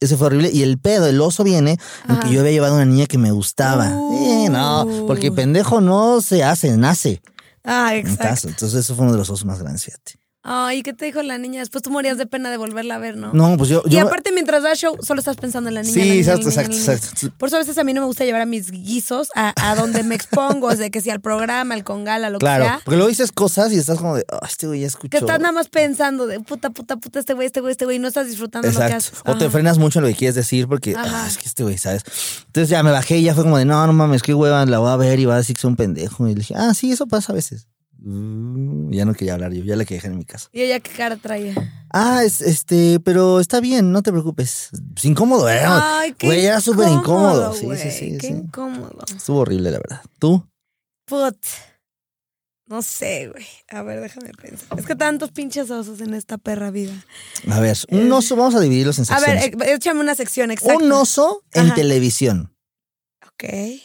Speaker 4: Ese fue horrible. Y el pedo, el oso viene en
Speaker 3: Ah.
Speaker 4: que yo había llevado a una niña que me gustaba. Eh, no, porque
Speaker 3: Uh.
Speaker 4: pendejo no se hace, nace.
Speaker 3: Ah,
Speaker 4: En
Speaker 3: exacto.
Speaker 4: caso. Entonces, eso fue uno de los osos más grandes, fíjate.
Speaker 3: Ay, ¿qué te dijo la niña? Después tú morías de pena de volverla a ver, ¿no?
Speaker 4: No, pues yo.
Speaker 3: Y
Speaker 4: yo
Speaker 3: aparte, mientras das show, solo estás pensando en la niña.
Speaker 4: Sí,
Speaker 3: la niña, la
Speaker 4: exacto,
Speaker 3: niña, la
Speaker 4: exacto,
Speaker 3: niña.
Speaker 4: exacto.
Speaker 3: Por eso a veces a mí no me gusta llevar a mis guisos a, a donde me expongo, o sea, que si al programa, al congal, a lo
Speaker 4: Claro,
Speaker 3: que sea.
Speaker 4: porque luego dices cosas y estás como de, "Ah, este güey ya escuchó.
Speaker 3: Que estás nada más pensando de puta, puta, puta, este güey, este güey, este güey, y no estás disfrutando lo que
Speaker 4: Exacto.
Speaker 3: haces.
Speaker 4: O te
Speaker 3: Ajá.
Speaker 4: frenas mucho en lo que quieres decir porque
Speaker 3: Ajá.
Speaker 4: "Ah, es que este güey, ¿sabes? Entonces ya me bajé y ya fue como de, no, no mames, qué hueva, la voy a ver y va a decir que soy un pendejo. Y le dije, ah, sí, eso pasa a veces. Mm, ya no quería hablar yo, ya la que dejé en mi casa.
Speaker 3: Y ella qué cara traía.
Speaker 4: Ah, es, este, pero está bien, no te preocupes. Es incómodo, ¿eh?
Speaker 3: Ay, qué
Speaker 4: Güey, era súper incómodo.
Speaker 3: güey,
Speaker 4: Sí, sí, sí.
Speaker 3: Qué
Speaker 4: sí.
Speaker 3: incómodo.
Speaker 4: Estuvo horrible, la verdad. ¿Tú?
Speaker 3: Put. No sé, güey. A ver, déjame pensar. Es que tantos pinches osos en esta perra vida.
Speaker 4: A ver, un oso, vamos a dividirlos en
Speaker 3: Eh. A
Speaker 4: secciones.
Speaker 3: ver, e- échame una sección exacta.
Speaker 4: un oso en
Speaker 3: Ajá.
Speaker 4: televisión.
Speaker 3: Ok.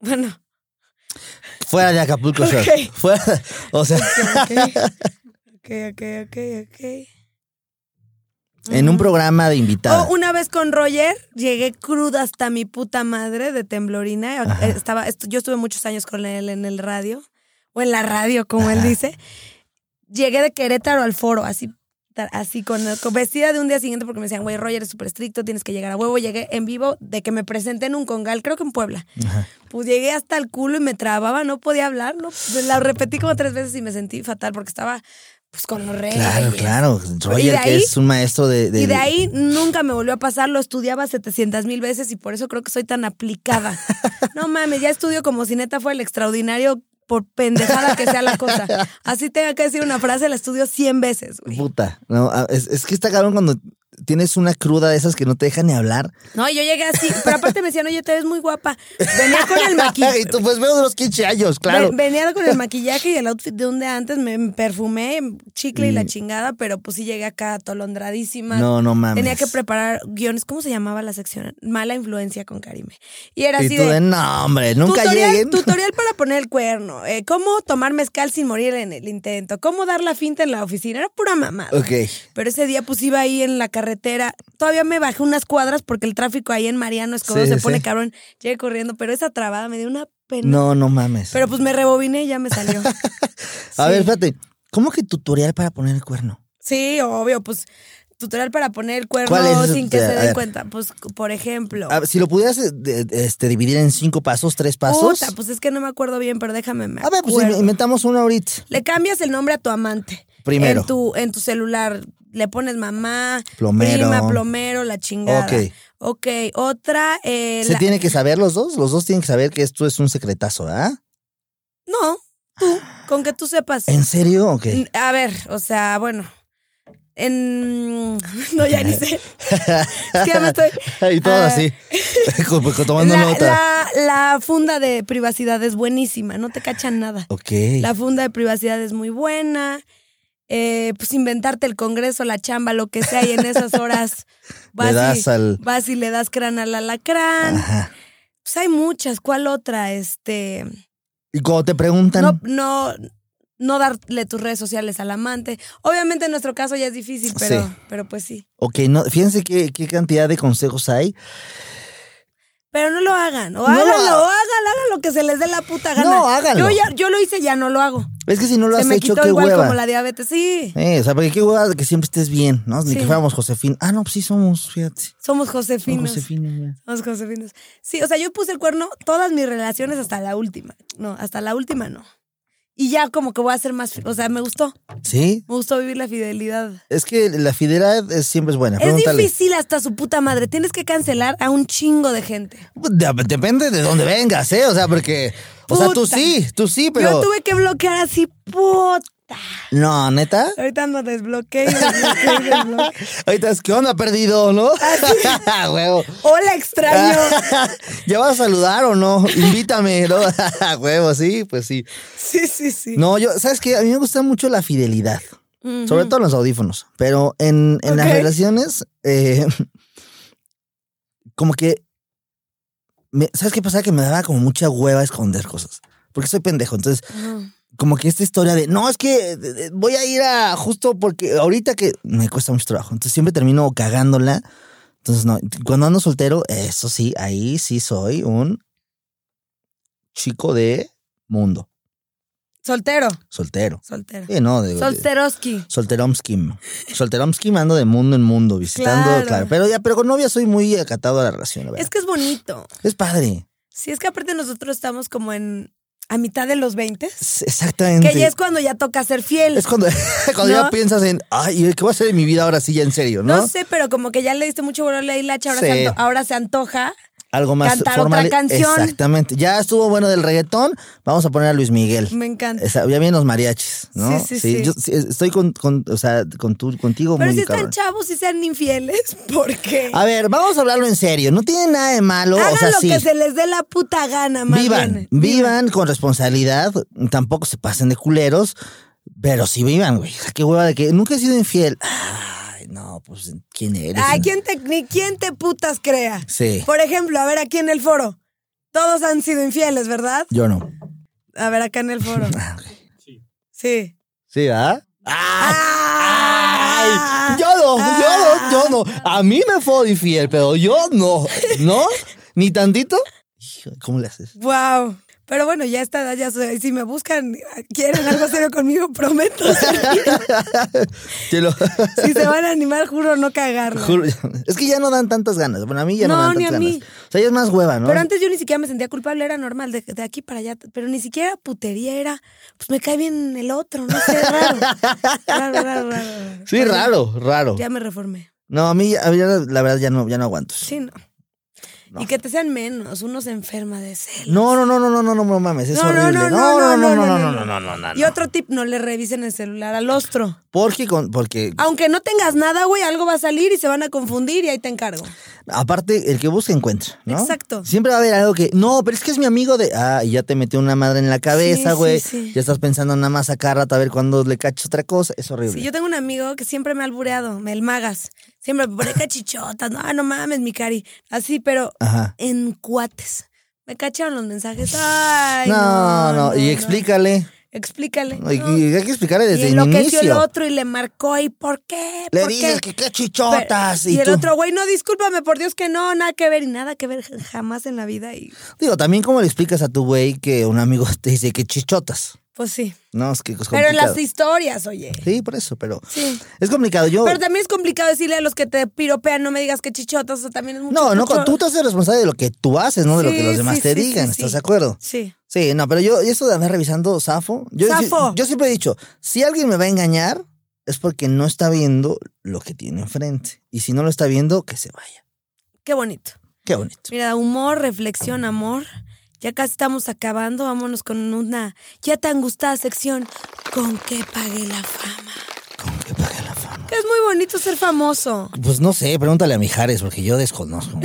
Speaker 3: Bueno,
Speaker 4: Fuera de Acapulco Shore.
Speaker 3: Ok.
Speaker 4: Fuera, o sea,
Speaker 3: ok. ok, ok, ok, ok.
Speaker 4: en un programa de invitados.
Speaker 3: Oh, una vez con Roger llegué cruda hasta mi puta madre de temblorina.
Speaker 4: Ajá.
Speaker 3: Estaba, estu- yo estuve muchos años con él en el radio, o en la radio, como él dice. Llegué de Querétaro al foro, así, ta- así con, con- vestida de un día siguiente, porque me decían, güey, Roger es súper estricto, tienes que llegar a huevo. Llegué en vivo de que me presenté en un congal, creo que en Puebla. Pues llegué hasta el culo y me trababa, no podía hablar, no, pues, la repetí como tres veces y me sentí fatal porque estaba pues con los reyes.
Speaker 4: Claro, claro.
Speaker 3: Y de
Speaker 4: Roger, que
Speaker 3: ahí-
Speaker 4: es un maestro de. de-
Speaker 3: Y de ahí nunca me volvió a pasar, lo estudiaba 700 mil veces y por eso creo que soy tan aplicada. No mames, ya estudio como si neta fuera el extraordinario por pendejada que sea la cosa. Así tenga que decir una frase, la estudio 100 veces, güey.
Speaker 4: Puta, no, ah, es, es que está cabrón cuando tienes una cruda de esas que no te dejan ni hablar.
Speaker 3: No, y yo llegué así, pero aparte me decían, oye, te ves muy guapa. Venía con el maquillaje.
Speaker 4: y tú, pues veo de los 15 años, claro.
Speaker 3: Ven- Venía con el maquillaje y el outfit de un día antes, me me perfumé, chicle y la chingada, pero pues sí llegué acá atolondradísima.
Speaker 4: Mm. No, no mames.
Speaker 3: Tenía que preparar guiones, ¿cómo se llamaba la sección? Mala influencia con Karime. Y era así
Speaker 4: Y tú de,
Speaker 3: de...
Speaker 4: no, hombre, nunca
Speaker 3: tutorial,
Speaker 4: lleguen.
Speaker 3: tutorial para poner el cuerno. eh, cómo tomar mezcal sin morir en el intento. Cómo dar la finta en la oficina. Era pura mamada.
Speaker 4: Ok.
Speaker 3: Pero ese día pues iba ahí en la carretera. Todavía me bajé unas cuadras porque el tráfico ahí en Mariano Escobedo
Speaker 4: Sí,
Speaker 3: se
Speaker 4: sí,
Speaker 3: pone
Speaker 4: sí.
Speaker 3: cabrón. Llegué corriendo, pero esa trabada me dio una pena.
Speaker 4: No, no mames.
Speaker 3: Pero pues me rebobiné y ya me salió.
Speaker 4: A
Speaker 3: sí.
Speaker 4: ver, espérate. ¿Cómo que tutorial para poner el cuerno?
Speaker 3: sí, obvio, pues tutorial para poner el cuerno
Speaker 4: ¿Cuál es ese
Speaker 3: sin que se
Speaker 4: tutorial? A
Speaker 3: den
Speaker 4: ver.
Speaker 3: cuenta. Pues, por ejemplo.
Speaker 4: A ver, si lo pudieras eh, de- de- este, dividir en cinco pasos, tres pasos.
Speaker 3: Puta, pues es que no me acuerdo bien, pero déjame. me
Speaker 4: a ver, pues
Speaker 3: acuerdo.
Speaker 4: inventamos uno ahorita.
Speaker 3: Le cambias el nombre a tu amante.
Speaker 4: Primero.
Speaker 3: En tu, en tu celular. Le pones mamá,
Speaker 4: Plomero.
Speaker 3: prima, plomero, la chingada.
Speaker 4: Ok.
Speaker 3: Ok, otra. eh,
Speaker 4: ¿Se
Speaker 3: la-
Speaker 4: tiene que saber los dos? Los dos tienen que saber que esto es un secretazo, ¿ah?
Speaker 3: No, tú, con que tú sepas.
Speaker 4: ¿En serio? Ok.
Speaker 3: N- A ver, o sea, bueno. En. No, ya ni sé. Es que ya me estoy.
Speaker 4: y todo
Speaker 3: Ah.
Speaker 4: así, co- co- tomando
Speaker 3: La,
Speaker 4: nota.
Speaker 3: la- la funda de privacidad es buenísima, no te cachan nada.
Speaker 4: Ok.
Speaker 3: La funda de privacidad es muy buena. Eh, pues inventarte el congreso, la chamba, lo que sea, y en esas horas vas,
Speaker 4: das
Speaker 3: y,
Speaker 4: al-
Speaker 3: vas y le das crán al alacrán.
Speaker 4: Ajá.
Speaker 3: Pues hay muchas. ¿Cuál otra? Este.
Speaker 4: Y cuando te preguntan,
Speaker 3: No, no, no darle tus redes sociales al amante. Obviamente en nuestro caso ya es difícil, pero,
Speaker 4: Sí.
Speaker 3: pero pues sí.
Speaker 4: ok, no, fíjense qué, qué cantidad de consejos hay.
Speaker 3: Pero no lo hagan. O
Speaker 4: No lo
Speaker 3: háganlo,
Speaker 4: hagan.
Speaker 3: o háganlo, hagan lo que se les dé la puta gana.
Speaker 4: No, háganlo.
Speaker 3: Yo, ya, yo lo hice, ya no lo hago.
Speaker 4: Es que si no lo
Speaker 3: se
Speaker 4: has
Speaker 3: me
Speaker 4: hecho,
Speaker 3: quitó
Speaker 4: qué
Speaker 3: igual
Speaker 4: hueva.
Speaker 3: como la diabetes. Sí.
Speaker 4: Eh, o sea, porque qué hueva de que siempre estés bien, ¿no? Ni
Speaker 3: Sí.
Speaker 4: que fuéramos Josefín. Ah, no, pues sí somos, fíjate.
Speaker 3: Somos
Speaker 4: Somos
Speaker 3: josefinos.
Speaker 4: Josefina.
Speaker 3: Somos josefinos. Sí, o sea, yo puse el cuerno todas mis relaciones hasta la última. No, hasta la última no. Y ya como que voy a ser más, fi- o sea, me gustó,
Speaker 4: ya. Sí,
Speaker 3: me gustó vivir la fidelidad.
Speaker 4: es que la fidelidad es- siempre es buena.
Speaker 3: Es
Speaker 4: Pregúntale.
Speaker 3: difícil hasta su puta madre, tienes que cancelar a un chingo de gente.
Speaker 4: De- Depende de dónde vengas, ¿eh? O sea, porque. O sea, tú
Speaker 3: Puta.
Speaker 4: sí, tú sí, pero.
Speaker 3: Yo tuve que bloquear así, puta.
Speaker 4: No, neta.
Speaker 3: Ahorita no desbloqueé, desbloqueé, desbloqueé.
Speaker 4: Ahorita es, ¿qué onda, perdido, no?
Speaker 3: Ah,
Speaker 4: Huevo.
Speaker 3: Hola, extraño.
Speaker 4: ¿Ya vas a saludar o no? Invítame, ¿no? Huevo, sí, pues sí.
Speaker 3: Sí, sí, sí.
Speaker 4: No, yo, ¿sabes qué? A mí me gusta mucho la fidelidad.
Speaker 3: Ujú.
Speaker 4: Sobre todo en los audífonos. Pero en, en las
Speaker 3: Ok.
Speaker 4: relaciones, eh, como que. me- ¿Sabes qué pasaba? Que me daba como mucha hueva esconder cosas. Porque soy pendejo. Entonces,
Speaker 3: Ujú.
Speaker 4: como que esta historia de no, es que eh, eh, voy a ir a justo porque ahorita que me cuesta mucho trabajo. Entonces siempre termino cagándola. Entonces, no, cuando ando soltero, eso sí, ahí sí soy un chico de mundo,
Speaker 3: Soltero,
Speaker 4: soltero.
Speaker 3: soltero.
Speaker 4: Sí, no, de, de-
Speaker 3: Solteroski.
Speaker 4: Solteromskim. Solteromskim ando de mundo en mundo, visitando,
Speaker 3: Claro.
Speaker 4: claro. Pero ya, pero con novia soy muy acatado a la relación, la verdad.
Speaker 3: Es que es bonito.
Speaker 4: Es, padre.
Speaker 3: Sí, es que aparte nosotros estamos como en a mitad de los 20,
Speaker 4: Es- exactamente.
Speaker 3: que ya es cuando ya toca ser fiel.
Speaker 4: Es cuando, cuando
Speaker 3: ¿No?
Speaker 4: ya piensas en, ay, ¿qué voy a hacer de mi vida ahora sí ya en serio, no?
Speaker 3: ¿no? sé, pero como que ya le diste mucho valor a la hilacha, ahora,
Speaker 4: Sí.
Speaker 3: se anto- ahora se antoja.
Speaker 4: algo más
Speaker 3: Cantar
Speaker 4: formal.
Speaker 3: otra canción.
Speaker 4: Exactamente. Ya estuvo bueno del reggaetón, vamos a poner a Luis Miguel.
Speaker 3: Me encanta.
Speaker 4: Esa- ya vienen los mariachis, ¿no?
Speaker 3: Sí, sí, sí.
Speaker 4: yo sí, estoy con, con- o sea, con tu- contigo
Speaker 3: Pero
Speaker 4: muy
Speaker 3: si
Speaker 4: cabrón.
Speaker 3: están chavos y sean infieles, porque
Speaker 4: A ver, vamos a hablarlo en serio. No tiene nada de malo.
Speaker 3: hagan
Speaker 4: o sea,
Speaker 3: lo
Speaker 4: sí.
Speaker 3: que se les dé la puta gana, más
Speaker 4: vivan,
Speaker 3: bien.
Speaker 4: vivan con responsabilidad. Tampoco se pasen de culeros, pero sí vivan, güey. O sea, qué hueva de que nunca he sido infiel. Ay, no, pues, ¿quién eres?
Speaker 3: Ay, ¿quién te, ni quién te putas crea?
Speaker 4: Sí.
Speaker 3: Por ejemplo, a ver aquí en el foro. Todos han sido infieles, ¿verdad?
Speaker 4: Yo no.
Speaker 3: A ver acá en el foro.
Speaker 4: Ah, ok.
Speaker 3: Sí.
Speaker 4: Sí, ¿ah?
Speaker 3: ¡Ah!
Speaker 4: ¡Ay! Yo no, yo no, yo no. A mí me fue infiel, pero yo no. ¿No? ¿Ni tantito? Hijo, ¿Cómo le haces?
Speaker 3: Wow. Pero bueno, ya está, ya soy- si me buscan, quieren algo serio conmigo, prometo.
Speaker 4: Te lo
Speaker 3: Si se van a animar, juro no cagarla.
Speaker 4: juro. Es que ya no dan tantas ganas. Bueno, a mí ya no,
Speaker 3: No,
Speaker 4: dan
Speaker 3: ni
Speaker 4: tantas
Speaker 3: a mí.
Speaker 4: ganas. O sea, ya es más hueva, ¿no?
Speaker 3: Pero antes yo ni siquiera me sentía culpable, era normal, de, de aquí para allá. Pero ni siquiera putería era, pues me cae bien el otro, no sé, raro. Raro, raro, raro. raro.
Speaker 4: Sí, raro, raro.
Speaker 3: Ya me reformé.
Speaker 4: No, a mí, a mí ya la la verdad ya no, ya no aguanto.
Speaker 3: Sí, no.
Speaker 4: No.
Speaker 3: Y que te sean menos, uno se enferma de celos.
Speaker 4: No, no, no, no, no, no, no, no mames, es
Speaker 3: No, no,
Speaker 4: horrible.
Speaker 3: no, no,
Speaker 4: No, no, no,
Speaker 3: no, no,
Speaker 4: no, no, no, no, no, no.
Speaker 3: Y otro tip, no le revisen el celular al ostro.
Speaker 4: Porque, con, porque
Speaker 3: Aunque no tengas nada, güey, algo va a salir y se van a confundir y ahí te encargo.
Speaker 4: aparte, el que busca encuentra, ¿no?
Speaker 3: Exacto.
Speaker 4: Siempre va a haber algo que, no, pero es que es mi amigo de, ah, y ya te metió una madre en la cabeza,
Speaker 3: sí,
Speaker 4: güey.
Speaker 3: sí.
Speaker 4: Ya estás pensando nada más a cada rato a ver cuándo le cachas otra cosa. Es horrible.
Speaker 3: Sí, yo tengo un amigo que siempre me ha albureado, me el magas. Siempre me pone cachichotas, no, no mames, mi cari. Así, pero
Speaker 4: Ajá.
Speaker 3: en cuates. Me cacharon los mensajes. Ay,
Speaker 4: no, no, y
Speaker 3: explícale.
Speaker 4: explícale.
Speaker 3: Explícale.
Speaker 4: Y,
Speaker 3: no.
Speaker 4: y hay que explicarle desde
Speaker 3: y
Speaker 4: el
Speaker 3: enloqueció
Speaker 4: inicio.
Speaker 3: el otro y le marcó y por qué
Speaker 4: Le
Speaker 3: ¿Por
Speaker 4: dices
Speaker 3: qué?
Speaker 4: que qué chichotas.
Speaker 3: Pero- y,
Speaker 4: y
Speaker 3: el
Speaker 4: tú-
Speaker 3: otro güey no discúlpame por Dios que no nada que ver y nada que ver jamás en la vida y
Speaker 4: Digo, también cómo le explicas a tu güey que un amigo te dice que chichotas.
Speaker 3: pues sí
Speaker 4: No, es que es complicado.
Speaker 3: pero en las historias oye
Speaker 4: Sí, por eso, pero
Speaker 3: sí
Speaker 4: es complicado. Yo
Speaker 3: pero también es complicado decirle a los que te piropean no me digas que chichotas eso también es mucho
Speaker 4: No, no,
Speaker 3: mucho-
Speaker 4: tú te haces responsable de lo que tú haces, no de lo
Speaker 3: Sí,
Speaker 4: que los demás
Speaker 3: sí,
Speaker 4: te
Speaker 3: sí,
Speaker 4: digan,
Speaker 3: sí,
Speaker 4: ¿estás
Speaker 3: sí.
Speaker 4: de acuerdo?
Speaker 3: sí
Speaker 4: Sí, no, pero yo, y eso de andar revisando Safo, yo,
Speaker 3: Safo.
Speaker 4: Yo, siempre he dicho, si alguien me va a engañar, es porque no está viendo lo que tiene enfrente. Y si no lo está viendo, que se vaya.
Speaker 3: qué bonito
Speaker 4: Qué bonito.
Speaker 3: mira humor reflexión amor ya casi estamos acabando vámonos con una ya tan gustada sección con qué pagué la fama
Speaker 4: ¿Con qué paga la fama?
Speaker 3: que es muy bonito ser famoso
Speaker 4: Pues no sé, pregúntale a Mijares, porque yo desconozco.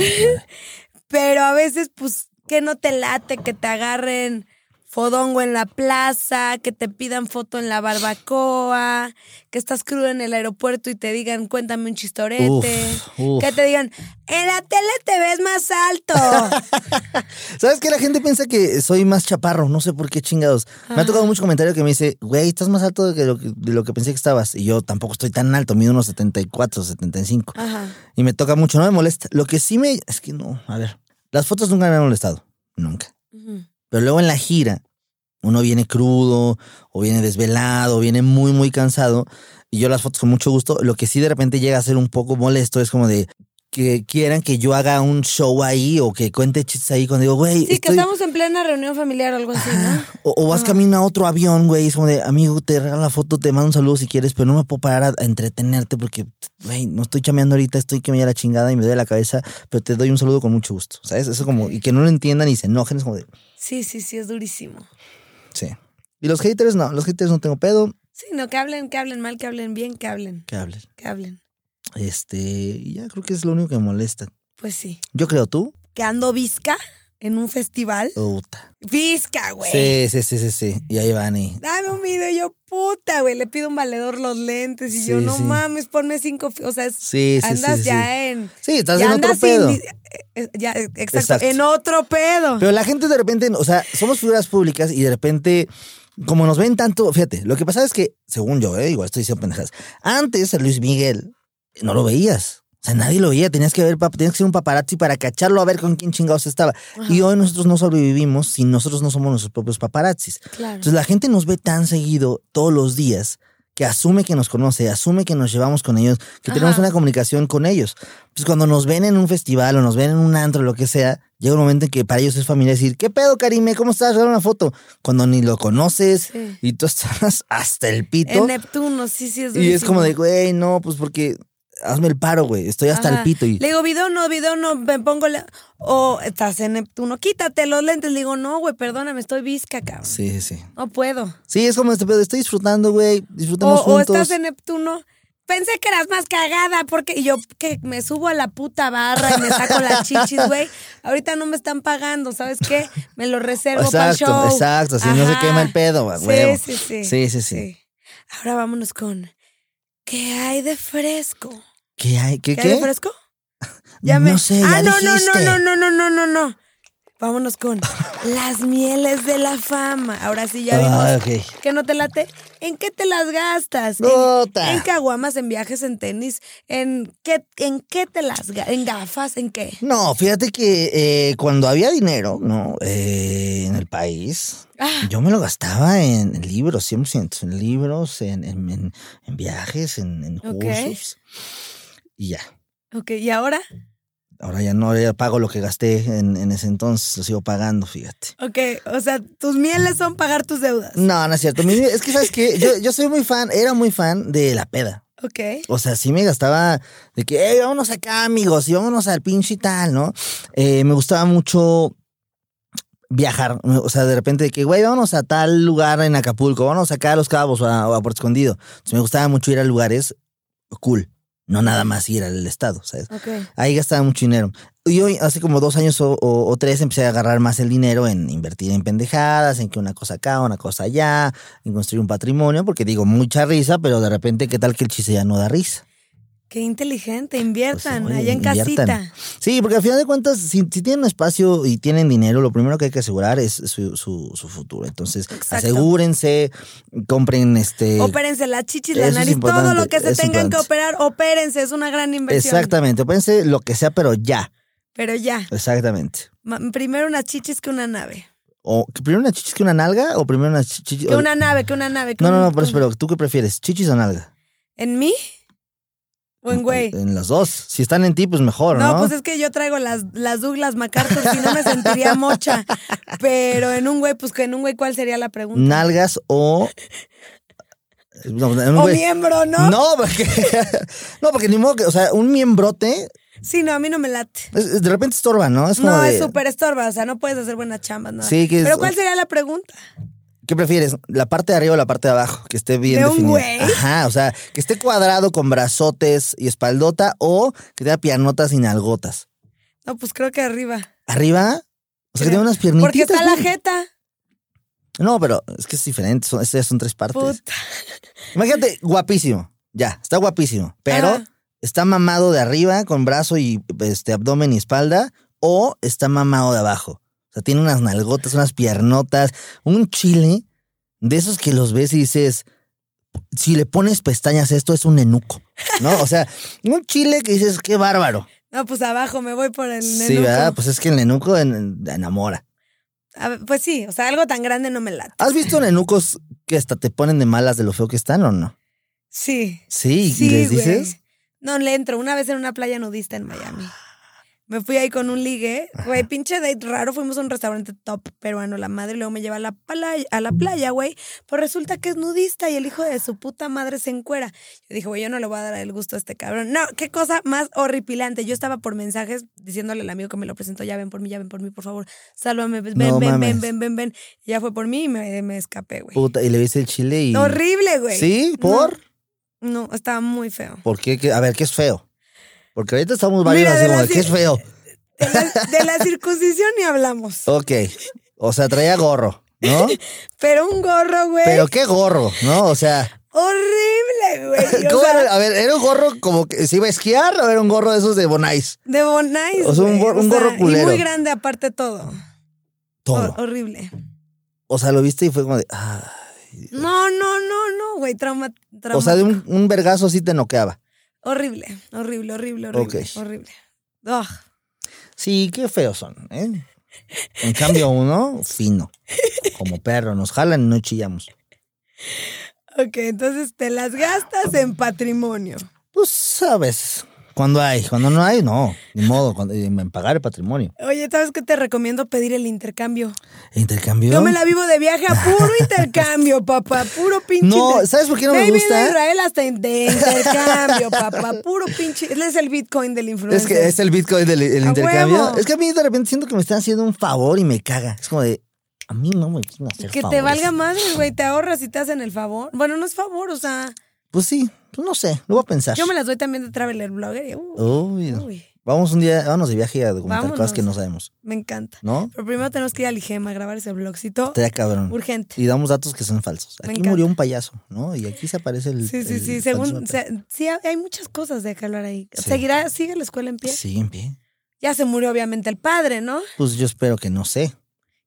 Speaker 3: Pero a veces, pues, que no te late que te agarren fodongo en la plaza, que te pidan foto en la barbacoa, que estás crudo en el aeropuerto y te digan, cuéntame un chistorete.
Speaker 4: Uf, uf.
Speaker 3: Que te digan, en la tele te ves más alto.
Speaker 4: ¿Sabes qué? La gente piensa que soy más chaparro, no sé por qué chingados. Me ha tocado mucho comentario que me dice, güey, estás más alto de, que lo que, de lo que pensé que estabas. Y yo tampoco estoy tan alto, mido unos 74, 75.
Speaker 3: Ajá.
Speaker 4: Y me toca mucho, no me molesta. Lo que sí me... Es que no, a ver. Las fotos nunca me han molestado, nunca.
Speaker 3: Ujú.
Speaker 4: Pero luego en la gira, uno viene crudo, o viene desvelado, o viene muy, muy cansado. Y yo las fotos con mucho gusto. Lo que sí de repente llega a ser un poco molesto es como de que quieran que yo haga un show ahí o que cuente chistes ahí cuando digo, güey,
Speaker 3: Sí, que
Speaker 4: estoy-
Speaker 3: estamos en plena reunión familiar o algo así, ¿no?
Speaker 4: o, o
Speaker 3: Ah.
Speaker 4: vas camino a otro avión, güey. Es como de, amigo, te regalo la foto, te mando un saludo si quieres, pero no me puedo parar a, a entretenerte porque, güey, no estoy chameando ahorita, estoy que me da la chingada y me duele la cabeza, pero te doy un saludo con mucho gusto, ¿sabes? Eso como, y que no lo entiendan y se enojen, es como de,
Speaker 3: Sí, sí, sí, es durísimo.
Speaker 4: sí. Y los haters, no, los haters no tengo pedo.
Speaker 3: Sí, no, que hablen, que hablen mal, que hablen bien, que hablen,
Speaker 4: Que hablen.
Speaker 3: que hablen.
Speaker 4: Este, y ya creo que es lo único que me molesta.
Speaker 3: Pues sí.
Speaker 4: Yo creo tú.
Speaker 3: Que ando visca en un festival.
Speaker 4: Puta.
Speaker 3: Visca, güey.
Speaker 4: Sí, sí, sí, sí, sí. Y ahí van y.
Speaker 3: Dame un video, y yo, puta, güey, le pido un valedor los lentes y yo,
Speaker 4: Sí,
Speaker 3: no
Speaker 4: sí.
Speaker 3: mames, ponme cinco, fi- o sea, es-
Speaker 4: Sí, sí,
Speaker 3: andas
Speaker 4: sí, sí.
Speaker 3: ya en...
Speaker 4: Sí, estás
Speaker 3: ya
Speaker 4: en otro
Speaker 3: sin
Speaker 4: pedo.
Speaker 3: di- eh, eh, ya, eh, exacto,
Speaker 4: Exacto.
Speaker 3: en otro pedo.
Speaker 4: Pero la gente de repente, o sea, somos figuras públicas y de repente, como nos ven tanto, fíjate, lo que pasa es que, según yo, eh, igual estoy diciendo pendejas, antes a Luis Miguel no lo veías. O sea, nadie lo veía, tenías que ver, pap- tenías que ser un paparazzi para cacharlo a ver con quién chingados estaba. Y hoy nosotros no sobrevivimos si nosotros no somos nuestros propios paparazzis.
Speaker 3: claro.
Speaker 4: Entonces la gente nos ve tan seguido todos los días que asume que nos conoce, asume que nos llevamos con ellos, que tenemos
Speaker 3: Ajá.
Speaker 4: una comunicación con ellos. Pues cuando nos ven en un festival o nos ven en un antro, lo que sea, llega un momento en que para ellos es familiar decir, ¿qué pedo, Karime? ¿Cómo estás? Dame una foto. Cuando ni lo conoces
Speaker 3: Sí.
Speaker 4: y tú estás hasta el pito.
Speaker 3: En Neptuno, sí, sí, es
Speaker 4: Y es
Speaker 3: durísimo.
Speaker 4: como de, güey, no, pues porque hazme el paro, güey. Estoy hasta
Speaker 3: Ajá.
Speaker 4: el pito. Y,
Speaker 3: Le digo, video no, video no, me pongo la... O estás en Neptuno, quítate los lentes. Le digo, no, güey, perdóname, estoy visca, cabrón.
Speaker 4: sí, sí, sí.
Speaker 3: No puedo.
Speaker 4: Sí, es como este pedo. Estoy disfrutando, güey.
Speaker 3: O,
Speaker 4: Disfrutemos
Speaker 3: o
Speaker 4: juntos.
Speaker 3: estás en Neptuno. Pensé que eras más cagada porque y yo que me subo a la puta barra y me saco las chichis, güey. Ahorita no me están pagando, ¿sabes qué? Me lo reservo para el
Speaker 4: Exacto,
Speaker 3: show.
Speaker 4: exacto, así no se
Speaker 3: Ajá.
Speaker 4: quema el pedo, a
Speaker 3: Sí,
Speaker 4: huevo.
Speaker 3: sí, sí,
Speaker 4: Sí, sí, sí.
Speaker 3: Ahora vámonos con ¿qué hay de fresco?
Speaker 4: ¿Qué hay? ¿Qué?
Speaker 3: ¿Qué, hay de
Speaker 4: ¿Qué?
Speaker 3: fresco? Ya me-
Speaker 4: No sé,
Speaker 3: ah,
Speaker 4: ya
Speaker 3: no,
Speaker 4: dijiste.
Speaker 3: no, no, no, no, no, no, no. Vámonos con las mieles de la fama. Ahora sí ya vimos
Speaker 4: Ah, ok.
Speaker 3: que no te late, ¿en qué te las gastas?
Speaker 4: Nota.
Speaker 3: En, en caguamas, en viajes, en tenis, en qué, en qué te las gastas, en gafas, en qué.
Speaker 4: No, fíjate que eh, cuando había dinero, ¿no? Eh, en el país,
Speaker 3: Ah,
Speaker 4: yo me lo gastaba en, en libros, 100%, en libros, en, en, en- en viajes, en, en
Speaker 3: Ok.
Speaker 4: cursos. Y ya.
Speaker 3: Ok, ¿y ahora?
Speaker 4: Ahora ya no ya pago lo que gasté en, en ese entonces, lo sigo pagando, fíjate.
Speaker 3: Ok, o sea, tus mieles son pagar tus deudas.
Speaker 4: No, no es cierto. Mi- Es que, ¿sabes qué? Yo, yo soy muy fan, era muy fan de la peda.
Speaker 3: Ok.
Speaker 4: O sea, sí me gastaba de que, hey, vámonos acá, amigos, y vámonos al pinche y tal, ¿no? Eh, me gustaba mucho viajar. O sea, de repente de que, güey, vámonos a tal lugar en Acapulco, vámonos acá a Los Cabos o a, o a Puerto Escondido. Entonces, me gustaba mucho ir a lugares cool, no nada más ir al estado, ¿sabes?
Speaker 3: Ok.
Speaker 4: Ahí gastaba mucho dinero. Y hoy, hace como dos años o, o- o tres, empecé a agarrar más el dinero en invertir en pendejadas, en que una cosa acá, una cosa allá, en construir un patrimonio, porque digo, mucha risa, pero de repente, ¿qué tal que el chiste ya no da risa?
Speaker 3: Qué inteligente, inviertan
Speaker 4: Pues, oye,
Speaker 3: allá en
Speaker 4: inviertan.
Speaker 3: casita.
Speaker 4: Sí, porque al final de cuentas, si, si tienen espacio y tienen dinero, lo primero que hay que asegurar es su, su- su futuro. Entonces,
Speaker 3: Exacto.
Speaker 4: asegúrense, compren este...
Speaker 3: Opérense las chichis, la
Speaker 4: eso es
Speaker 3: nariz, todo
Speaker 4: importante,
Speaker 3: lo que se
Speaker 4: es
Speaker 3: tengan que
Speaker 4: importante.
Speaker 3: operar, opérense, es una gran inversión.
Speaker 4: Exactamente, opérense lo que sea, pero ya.
Speaker 3: Pero ya,
Speaker 4: Exactamente.
Speaker 3: ma- primero unas chichis que una nave.
Speaker 4: O, ¿Primero una chichis que una nalga o primero una chichis...
Speaker 3: Que
Speaker 4: o-
Speaker 3: una nave, que una nave. que
Speaker 4: No, no,
Speaker 3: un-
Speaker 4: no, pero, pero ¿tú qué prefieres? ¿Chichis o nalga?
Speaker 3: ¿En mí? ¿O en güey?
Speaker 4: En las dos. Si están en ti, pues mejor, eh, ¿no?
Speaker 3: No, pues es que yo traigo las, las Douglas MacArthur, si no me sentiría mocha. Pero en un güey, pues que en un güey, ¿cuál sería la pregunta?
Speaker 4: Nalgas o... No, en un
Speaker 3: o
Speaker 4: güey-
Speaker 3: miembro, ¿no?
Speaker 4: No, porque... no, porque ni modo que... O sea, un miembrote
Speaker 3: Sí, no, a mí no me late.
Speaker 4: Es- es- de repente estorba, ¿no? Es como
Speaker 3: No,
Speaker 4: de,
Speaker 3: es súper estorba, o sea, no puedes hacer buenas chambas, ¿no?
Speaker 4: Sí, que es-
Speaker 3: Pero ¿cuál sería la pregunta?
Speaker 4: ¿Qué prefieres? ¿La parte de arriba o la parte de abajo? Que esté bien
Speaker 3: ¿De un
Speaker 4: definida.
Speaker 3: güey?
Speaker 4: Ajá, o sea, que esté cuadrado con brazotes y espaldota o que tenga piernotas y nalgotas.
Speaker 3: No, pues creo que arriba.
Speaker 4: ¿Arriba? O sea,
Speaker 3: Creo.
Speaker 4: que tenga unas piernitas.
Speaker 3: Porque está la
Speaker 4: güey.
Speaker 3: jeta.
Speaker 4: No, pero es que es diferente. Son, estas son tres partes.
Speaker 3: Puta.
Speaker 4: Imagínate, guapísimo. Ya, está guapísimo. Pero
Speaker 3: Ajá.
Speaker 4: está mamado de arriba con brazo y este abdomen y espalda o está mamado de abajo. O sea, tiene unas nalgotas, unas piernotas, un chile de esos que los ves y dices, si le pones pestañas esto es un enuco, ¿no? O sea, un chile que dices, qué bárbaro.
Speaker 3: No, pues abajo, me voy por el
Speaker 4: Sí,
Speaker 3: nenuco.
Speaker 4: ¿verdad? Pues es que el enuco en- enamora.
Speaker 3: A ver, pues sí, o sea, algo tan grande no me late.
Speaker 4: ¿Has visto nenucos que hasta te ponen de malas de lo feo que están o no?
Speaker 3: Sí.
Speaker 4: Sí, y
Speaker 3: Sí,
Speaker 4: les
Speaker 3: güey.
Speaker 4: dices...
Speaker 3: No, le entro. Una vez en una playa nudista en Miami. Me fui ahí con un ligue. Güey, pinche date raro. Fuimos a un restaurante top peruano, la madre. y Luego me lleva a la, playa, a la playa, güey. Pues resulta que es nudista y el hijo de su puta madre se encuera. Yo dije, güey, yo no le voy a dar el gusto a este cabrón. No, qué cosa más horripilante. Yo estaba por mensajes diciéndole al amigo que me lo presentó, ya ven por mí, ya ven por mí, por favor. Sálvame, ven,
Speaker 4: No
Speaker 3: ven, ven,
Speaker 4: mames.
Speaker 3: ven, ven, ven. Y ya fue por mí y me, me escapé, güey.
Speaker 4: Puta, y le viste el chile y...
Speaker 3: Horrible, güey.
Speaker 4: ¿Sí?
Speaker 3: No.
Speaker 4: ¿Por?
Speaker 3: No, estaba muy feo.
Speaker 4: ¿Por qué? ¿Qué? A ver, ¿qué es feo? Porque ahorita estamos varios
Speaker 3: Mira,
Speaker 4: así
Speaker 3: de
Speaker 4: como,
Speaker 3: la
Speaker 4: ¿qué es
Speaker 3: ci-
Speaker 4: feo?
Speaker 3: De la, de la circuncisión ni hablamos.
Speaker 4: Ok. O sea, traía gorro, ¿no?
Speaker 3: Pero un gorro, güey.
Speaker 4: Pero qué gorro, ¿no? O sea,
Speaker 3: Horrible, güey. O
Speaker 4: ¿cómo
Speaker 3: sea,
Speaker 4: era? a ver, ¿era un gorro como que se iba a esquiar o era un gorro de esos de Bonais?
Speaker 3: de Bonais.
Speaker 4: O sea, un
Speaker 3: güey.
Speaker 4: gor- un gorro
Speaker 3: Y
Speaker 4: culero.
Speaker 3: muy grande, aparte todo.
Speaker 4: Todo.
Speaker 3: Hor- horrible.
Speaker 4: O sea, lo viste y fue como de, ah.
Speaker 3: No, no, no, no, güey. Trauma, trauma.
Speaker 4: O sea, de un, un vergazo así te noqueaba.
Speaker 3: Horrible, horrible, horrible, horrible.
Speaker 4: Ok.
Speaker 3: Horrible. Ah, Ugh.
Speaker 4: Sí, qué feos son, ¿eh? En cambio, uno, fino. Como perro, nos jalan y no chillamos.
Speaker 3: Ok, entonces te las gastas en patrimonio.
Speaker 4: Pues, sabes, cuando hay, cuando no hay, no. Ni modo, cuando, en pagar el patrimonio.
Speaker 3: Oye, ¿sabes qué te recomiendo pedir el intercambio?
Speaker 4: ¿Intercambio?
Speaker 3: Yo me la vivo de viaje a puro intercambio, papá. Puro pinche.
Speaker 4: No,
Speaker 3: inter-
Speaker 4: ¿sabes por qué no me
Speaker 3: he ido a
Speaker 4: gusta?
Speaker 3: Israel hasta en- de intercambio, papá. Puro pinche. Él es el Bitcoin del
Speaker 4: Es
Speaker 3: influencer.
Speaker 4: que es el Bitcoin del el
Speaker 3: ¡A
Speaker 4: intercambio.
Speaker 3: huevo!
Speaker 4: Es que a mí de repente siento que me están haciendo un favor y me caga. Es como de, a mí no me quieren hacer
Speaker 3: Que te
Speaker 4: favores.
Speaker 3: valga madre, güey. Te ahorras y te hacen el favor. Bueno, no es favor, o sea.
Speaker 4: Pues sí, pues no sé, lo voy a pensar.
Speaker 3: Yo me las doy también de Traveler Blogger. y, uh,
Speaker 4: Uy,
Speaker 3: uy,
Speaker 4: vamos un día, vámonos de viaje a documentar
Speaker 3: Vámonos.
Speaker 4: cosas que no sabemos,
Speaker 3: me encanta.
Speaker 4: ¿no?
Speaker 3: Pero primero tenemos que ir al IGEMA a grabar ese blogcito.
Speaker 4: Te da cabrón.
Speaker 3: Urgente.
Speaker 4: Y damos datos que son falsos.
Speaker 3: Me
Speaker 4: Aquí
Speaker 3: encanta.
Speaker 4: murió un payaso, ¿no? Y aquí se aparece el.
Speaker 3: Sí, sí,
Speaker 4: el
Speaker 3: sí.
Speaker 4: falso
Speaker 3: Según,
Speaker 4: de-
Speaker 3: se- sí, hay muchas cosas de que hablar ahí.
Speaker 4: Sí.
Speaker 3: ¿Seguirá, sigue la escuela en pie?
Speaker 4: Pues Sí, en pie.
Speaker 3: Ya se murió, obviamente, el padre, ¿no?
Speaker 4: Pues yo espero que no sé.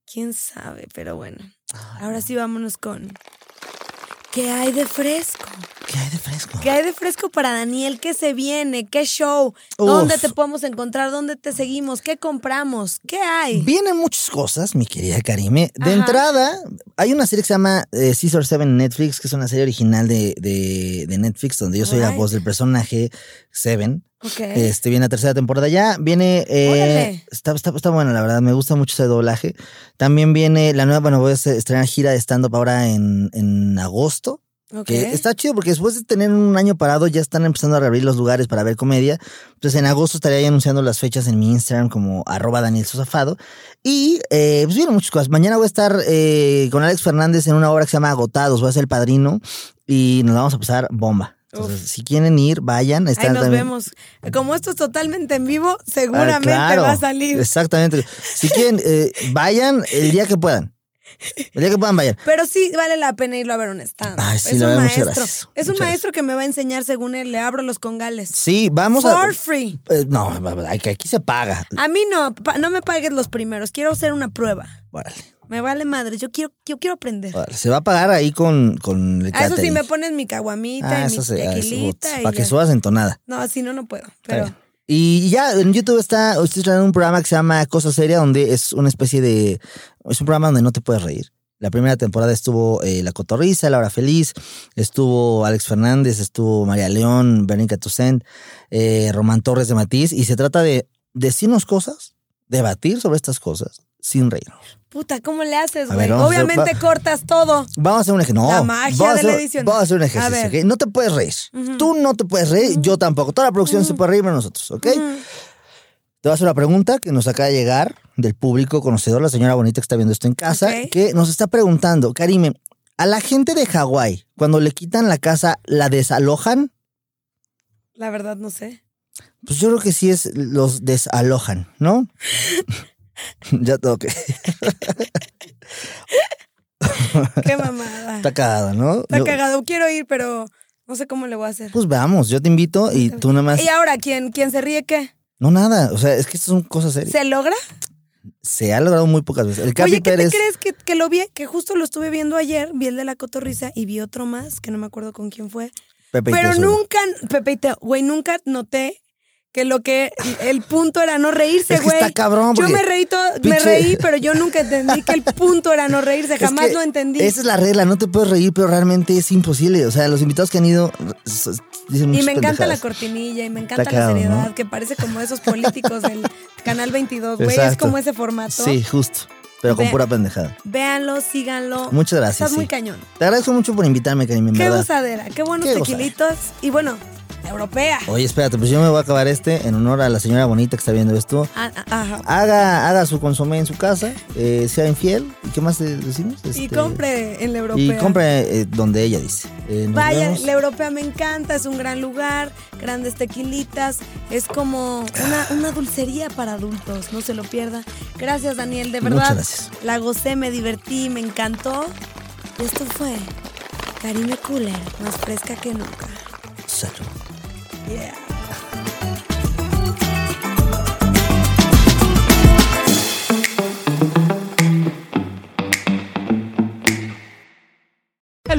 Speaker 3: Quién sabe, pero bueno. Ahora sí, vámonos con.
Speaker 5: ¿Qué hay de fresco?
Speaker 4: ¿Qué hay de fresco?
Speaker 3: ¿Qué hay de fresco para Daniel? ¿Qué se viene? ¿Qué show? ¿Dónde
Speaker 4: Uf.
Speaker 3: te podemos encontrar? ¿Dónde te seguimos? ¿Qué compramos? ¿Qué hay?
Speaker 4: Vienen muchas cosas, mi querida Karime. De
Speaker 3: Ajá.
Speaker 4: entrada, hay una serie que se llama eh, Caesar 7 en Netflix, que es una serie original de, de- de Netflix, donde yo soy la
Speaker 3: Alright.
Speaker 4: voz del personaje Seven.
Speaker 3: Ok.
Speaker 4: Este viene la tercera temporada ya. Viene. eh,
Speaker 3: Órale.
Speaker 4: está, está, está bueno, la verdad. Me gusta mucho ese doblaje. También viene la nueva, bueno, voy a estrenar gira de stand-up ahora en, en agosto.
Speaker 3: Ok.
Speaker 4: Que está chido porque después de tener un año parado ya están empezando a reabrir los lugares para ver comedia. Entonces en agosto estaré ahí anunciando las fechas en mi Instagram como arroba Daniel Sosafado. Y eh, pues vienen muchas cosas. Mañana voy a estar eh, con Alex Fernández en una obra que se llama Agotados. Voy a ser el padrino y nos la vamos a pasar bomba. Entonces,
Speaker 3: Uf.
Speaker 4: si quieren ir, vayan.
Speaker 3: Ahí
Speaker 4: Están
Speaker 3: nos
Speaker 4: también-
Speaker 3: vemos. Como esto es totalmente en vivo,
Speaker 4: Ah,
Speaker 3: seguramente
Speaker 4: claro.
Speaker 3: va a salir.
Speaker 4: Exactamente. Si quieren, eh, vayan el día que puedan. El día que puedan, vayan.
Speaker 3: Pero sí vale la pena irlo a ver un stand.
Speaker 4: Ay, sí,
Speaker 3: es
Speaker 4: la
Speaker 3: un
Speaker 4: verdad, muchas
Speaker 3: maestro.
Speaker 4: gracias.
Speaker 3: Es un
Speaker 4: Muchas
Speaker 3: maestro que me va a enseñar según él. Le abro los congales.
Speaker 4: Sí, vamos a.
Speaker 3: For free.
Speaker 4: Eh, no, aquí aquí se paga.
Speaker 3: A mí no, pa- no me pagues los primeros. Quiero hacer una prueba.
Speaker 4: Órale.
Speaker 3: Me vale madre. Yo quiero, yo quiero aprender.
Speaker 4: Órale, Se va a pagar ahí con, con el
Speaker 3: A Ah, eso sí
Speaker 4: catering.
Speaker 3: me pones mi caguamita
Speaker 4: Ah,
Speaker 3: y mi
Speaker 4: eso sí, ah, eso,
Speaker 3: tequilita.
Speaker 4: uts,
Speaker 3: y
Speaker 4: Para que
Speaker 3: ya.
Speaker 4: subas entonada.
Speaker 3: No, si no, no puedo.
Speaker 4: Está
Speaker 3: Pero
Speaker 4: bien. Y ya en YouTube está, estoy trayendo un programa que se llama Cosa Seria, donde es una especie de. Es un programa donde no te puedes reír. La primera temporada estuvo eh, La Cotorrisa, Laura Feliz, estuvo Alex Fernández, estuvo María León, Verónica Toussaint, eh, Román Torres de Matiz, y se trata de decirnos cosas, debatir sobre estas cosas sin reírnos.
Speaker 3: puta, ¿cómo le haces,
Speaker 4: A
Speaker 3: güey?
Speaker 4: ver, vamos a hacer-
Speaker 3: Obviamente
Speaker 4: va-
Speaker 3: cortas todo.
Speaker 4: Vamos a hacer un ejercicio. No,
Speaker 3: La magia
Speaker 4: vamos a
Speaker 3: de la
Speaker 4: hacer-
Speaker 3: edición.
Speaker 4: Vamos a hacer un ejercicio,
Speaker 3: A ver.
Speaker 4: ¿ok? No te puedes reír. Tú no te puedes reír, yo tampoco. Toda la producción se puede reír menos nosotros, ¿ok?
Speaker 3: Mm,
Speaker 4: Te voy a hacer una pregunta que nos acaba de llegar del público conocedor, la señora bonita que está viendo esto en casa,
Speaker 3: Ok.
Speaker 4: que nos está preguntando, Karime, a la gente de Hawái, cuando le quitan la casa, ¿la desalojan?
Speaker 3: La verdad, no sé.
Speaker 4: Pues yo creo que sí es, los desalojan, ¿no? ya, ok.
Speaker 3: Qué mamada.
Speaker 4: Está cagada, ¿no?
Speaker 3: Está
Speaker 4: Yo-
Speaker 3: cagado. Quiero ir, pero no sé cómo le voy a hacer.
Speaker 4: Pues vamos, yo te invito y tú nada más...
Speaker 3: Y ahora, ¿quién, quién se ríe qué?
Speaker 4: No, nada, o sea, es que esto son cosas serias.
Speaker 3: ¿Se logra?
Speaker 4: Se ha logrado muy pocas veces. El Capi
Speaker 3: Oye, ¿qué
Speaker 4: Pérez...
Speaker 3: te crees que, que lo vi? Que justo lo estuve viendo ayer, vi el de la cotorriza y vi otro más, que no me acuerdo con quién fue.
Speaker 4: Pepe y
Speaker 3: Pero
Speaker 4: Teo,
Speaker 3: nunca, Pepe y Teo, güey, nunca noté que lo que el punto era no reírse,
Speaker 4: Es que
Speaker 3: güey.
Speaker 4: está cabrón,
Speaker 3: Yo
Speaker 4: porque
Speaker 3: me reí, todo, me
Speaker 4: pinche-
Speaker 3: reí, pero yo nunca entendí que el punto era no reírse,
Speaker 4: Es
Speaker 3: jamás
Speaker 4: que
Speaker 3: lo entendí.
Speaker 4: Esa es la regla, no te puedes reír, pero realmente es imposible. O sea, los invitados que han ido s- s- dicen
Speaker 3: Y
Speaker 4: muchas
Speaker 3: me encanta la
Speaker 4: pendejadas.
Speaker 3: cortinilla y me
Speaker 4: Está
Speaker 3: encanta la
Speaker 4: cagado,
Speaker 3: seriedad,
Speaker 4: ¿no?
Speaker 3: que parece como esos políticos del Canal 22, güey, es
Speaker 4: Exacto.
Speaker 3: como ese formato.
Speaker 4: Sí, justo, pero con
Speaker 3: Ve-
Speaker 4: pura pendejada.
Speaker 3: Véanlo, síganlo.
Speaker 4: Muchas gracias,
Speaker 3: Estás muy
Speaker 4: sí.
Speaker 3: cañón.
Speaker 4: Te agradezco mucho por invitarme, Karim, en
Speaker 3: Qué
Speaker 4: verdad.
Speaker 3: gozadera, qué buenos
Speaker 4: Qué gozadera.
Speaker 3: tequilitos. Y bueno, europea.
Speaker 4: Oye, espérate, pues yo me voy a acabar este en honor a la señora bonita que está viendo esto.
Speaker 3: Ah, ah, ajá.
Speaker 4: Haga, haga su consomé en su casa, eh, sea infiel. ¿Y qué más le decimos?
Speaker 3: Y
Speaker 4: Este,
Speaker 3: compre en la europea.
Speaker 4: Y compre eh, donde ella dice. Eh, nos
Speaker 3: Vaya,
Speaker 4: vemos.
Speaker 3: la europea me encanta, es un gran lugar, grandes tequilitas, es como
Speaker 4: Ah.
Speaker 3: una, una dulcería para adultos, no se lo pierda. Gracias Daniel, de verdad.
Speaker 4: Muchas gracias.
Speaker 3: La gocé, me divertí, me encantó.
Speaker 5: Esto fue Karime Cooler, más fresca que nunca.
Speaker 4: Salud.
Speaker 3: Yeah.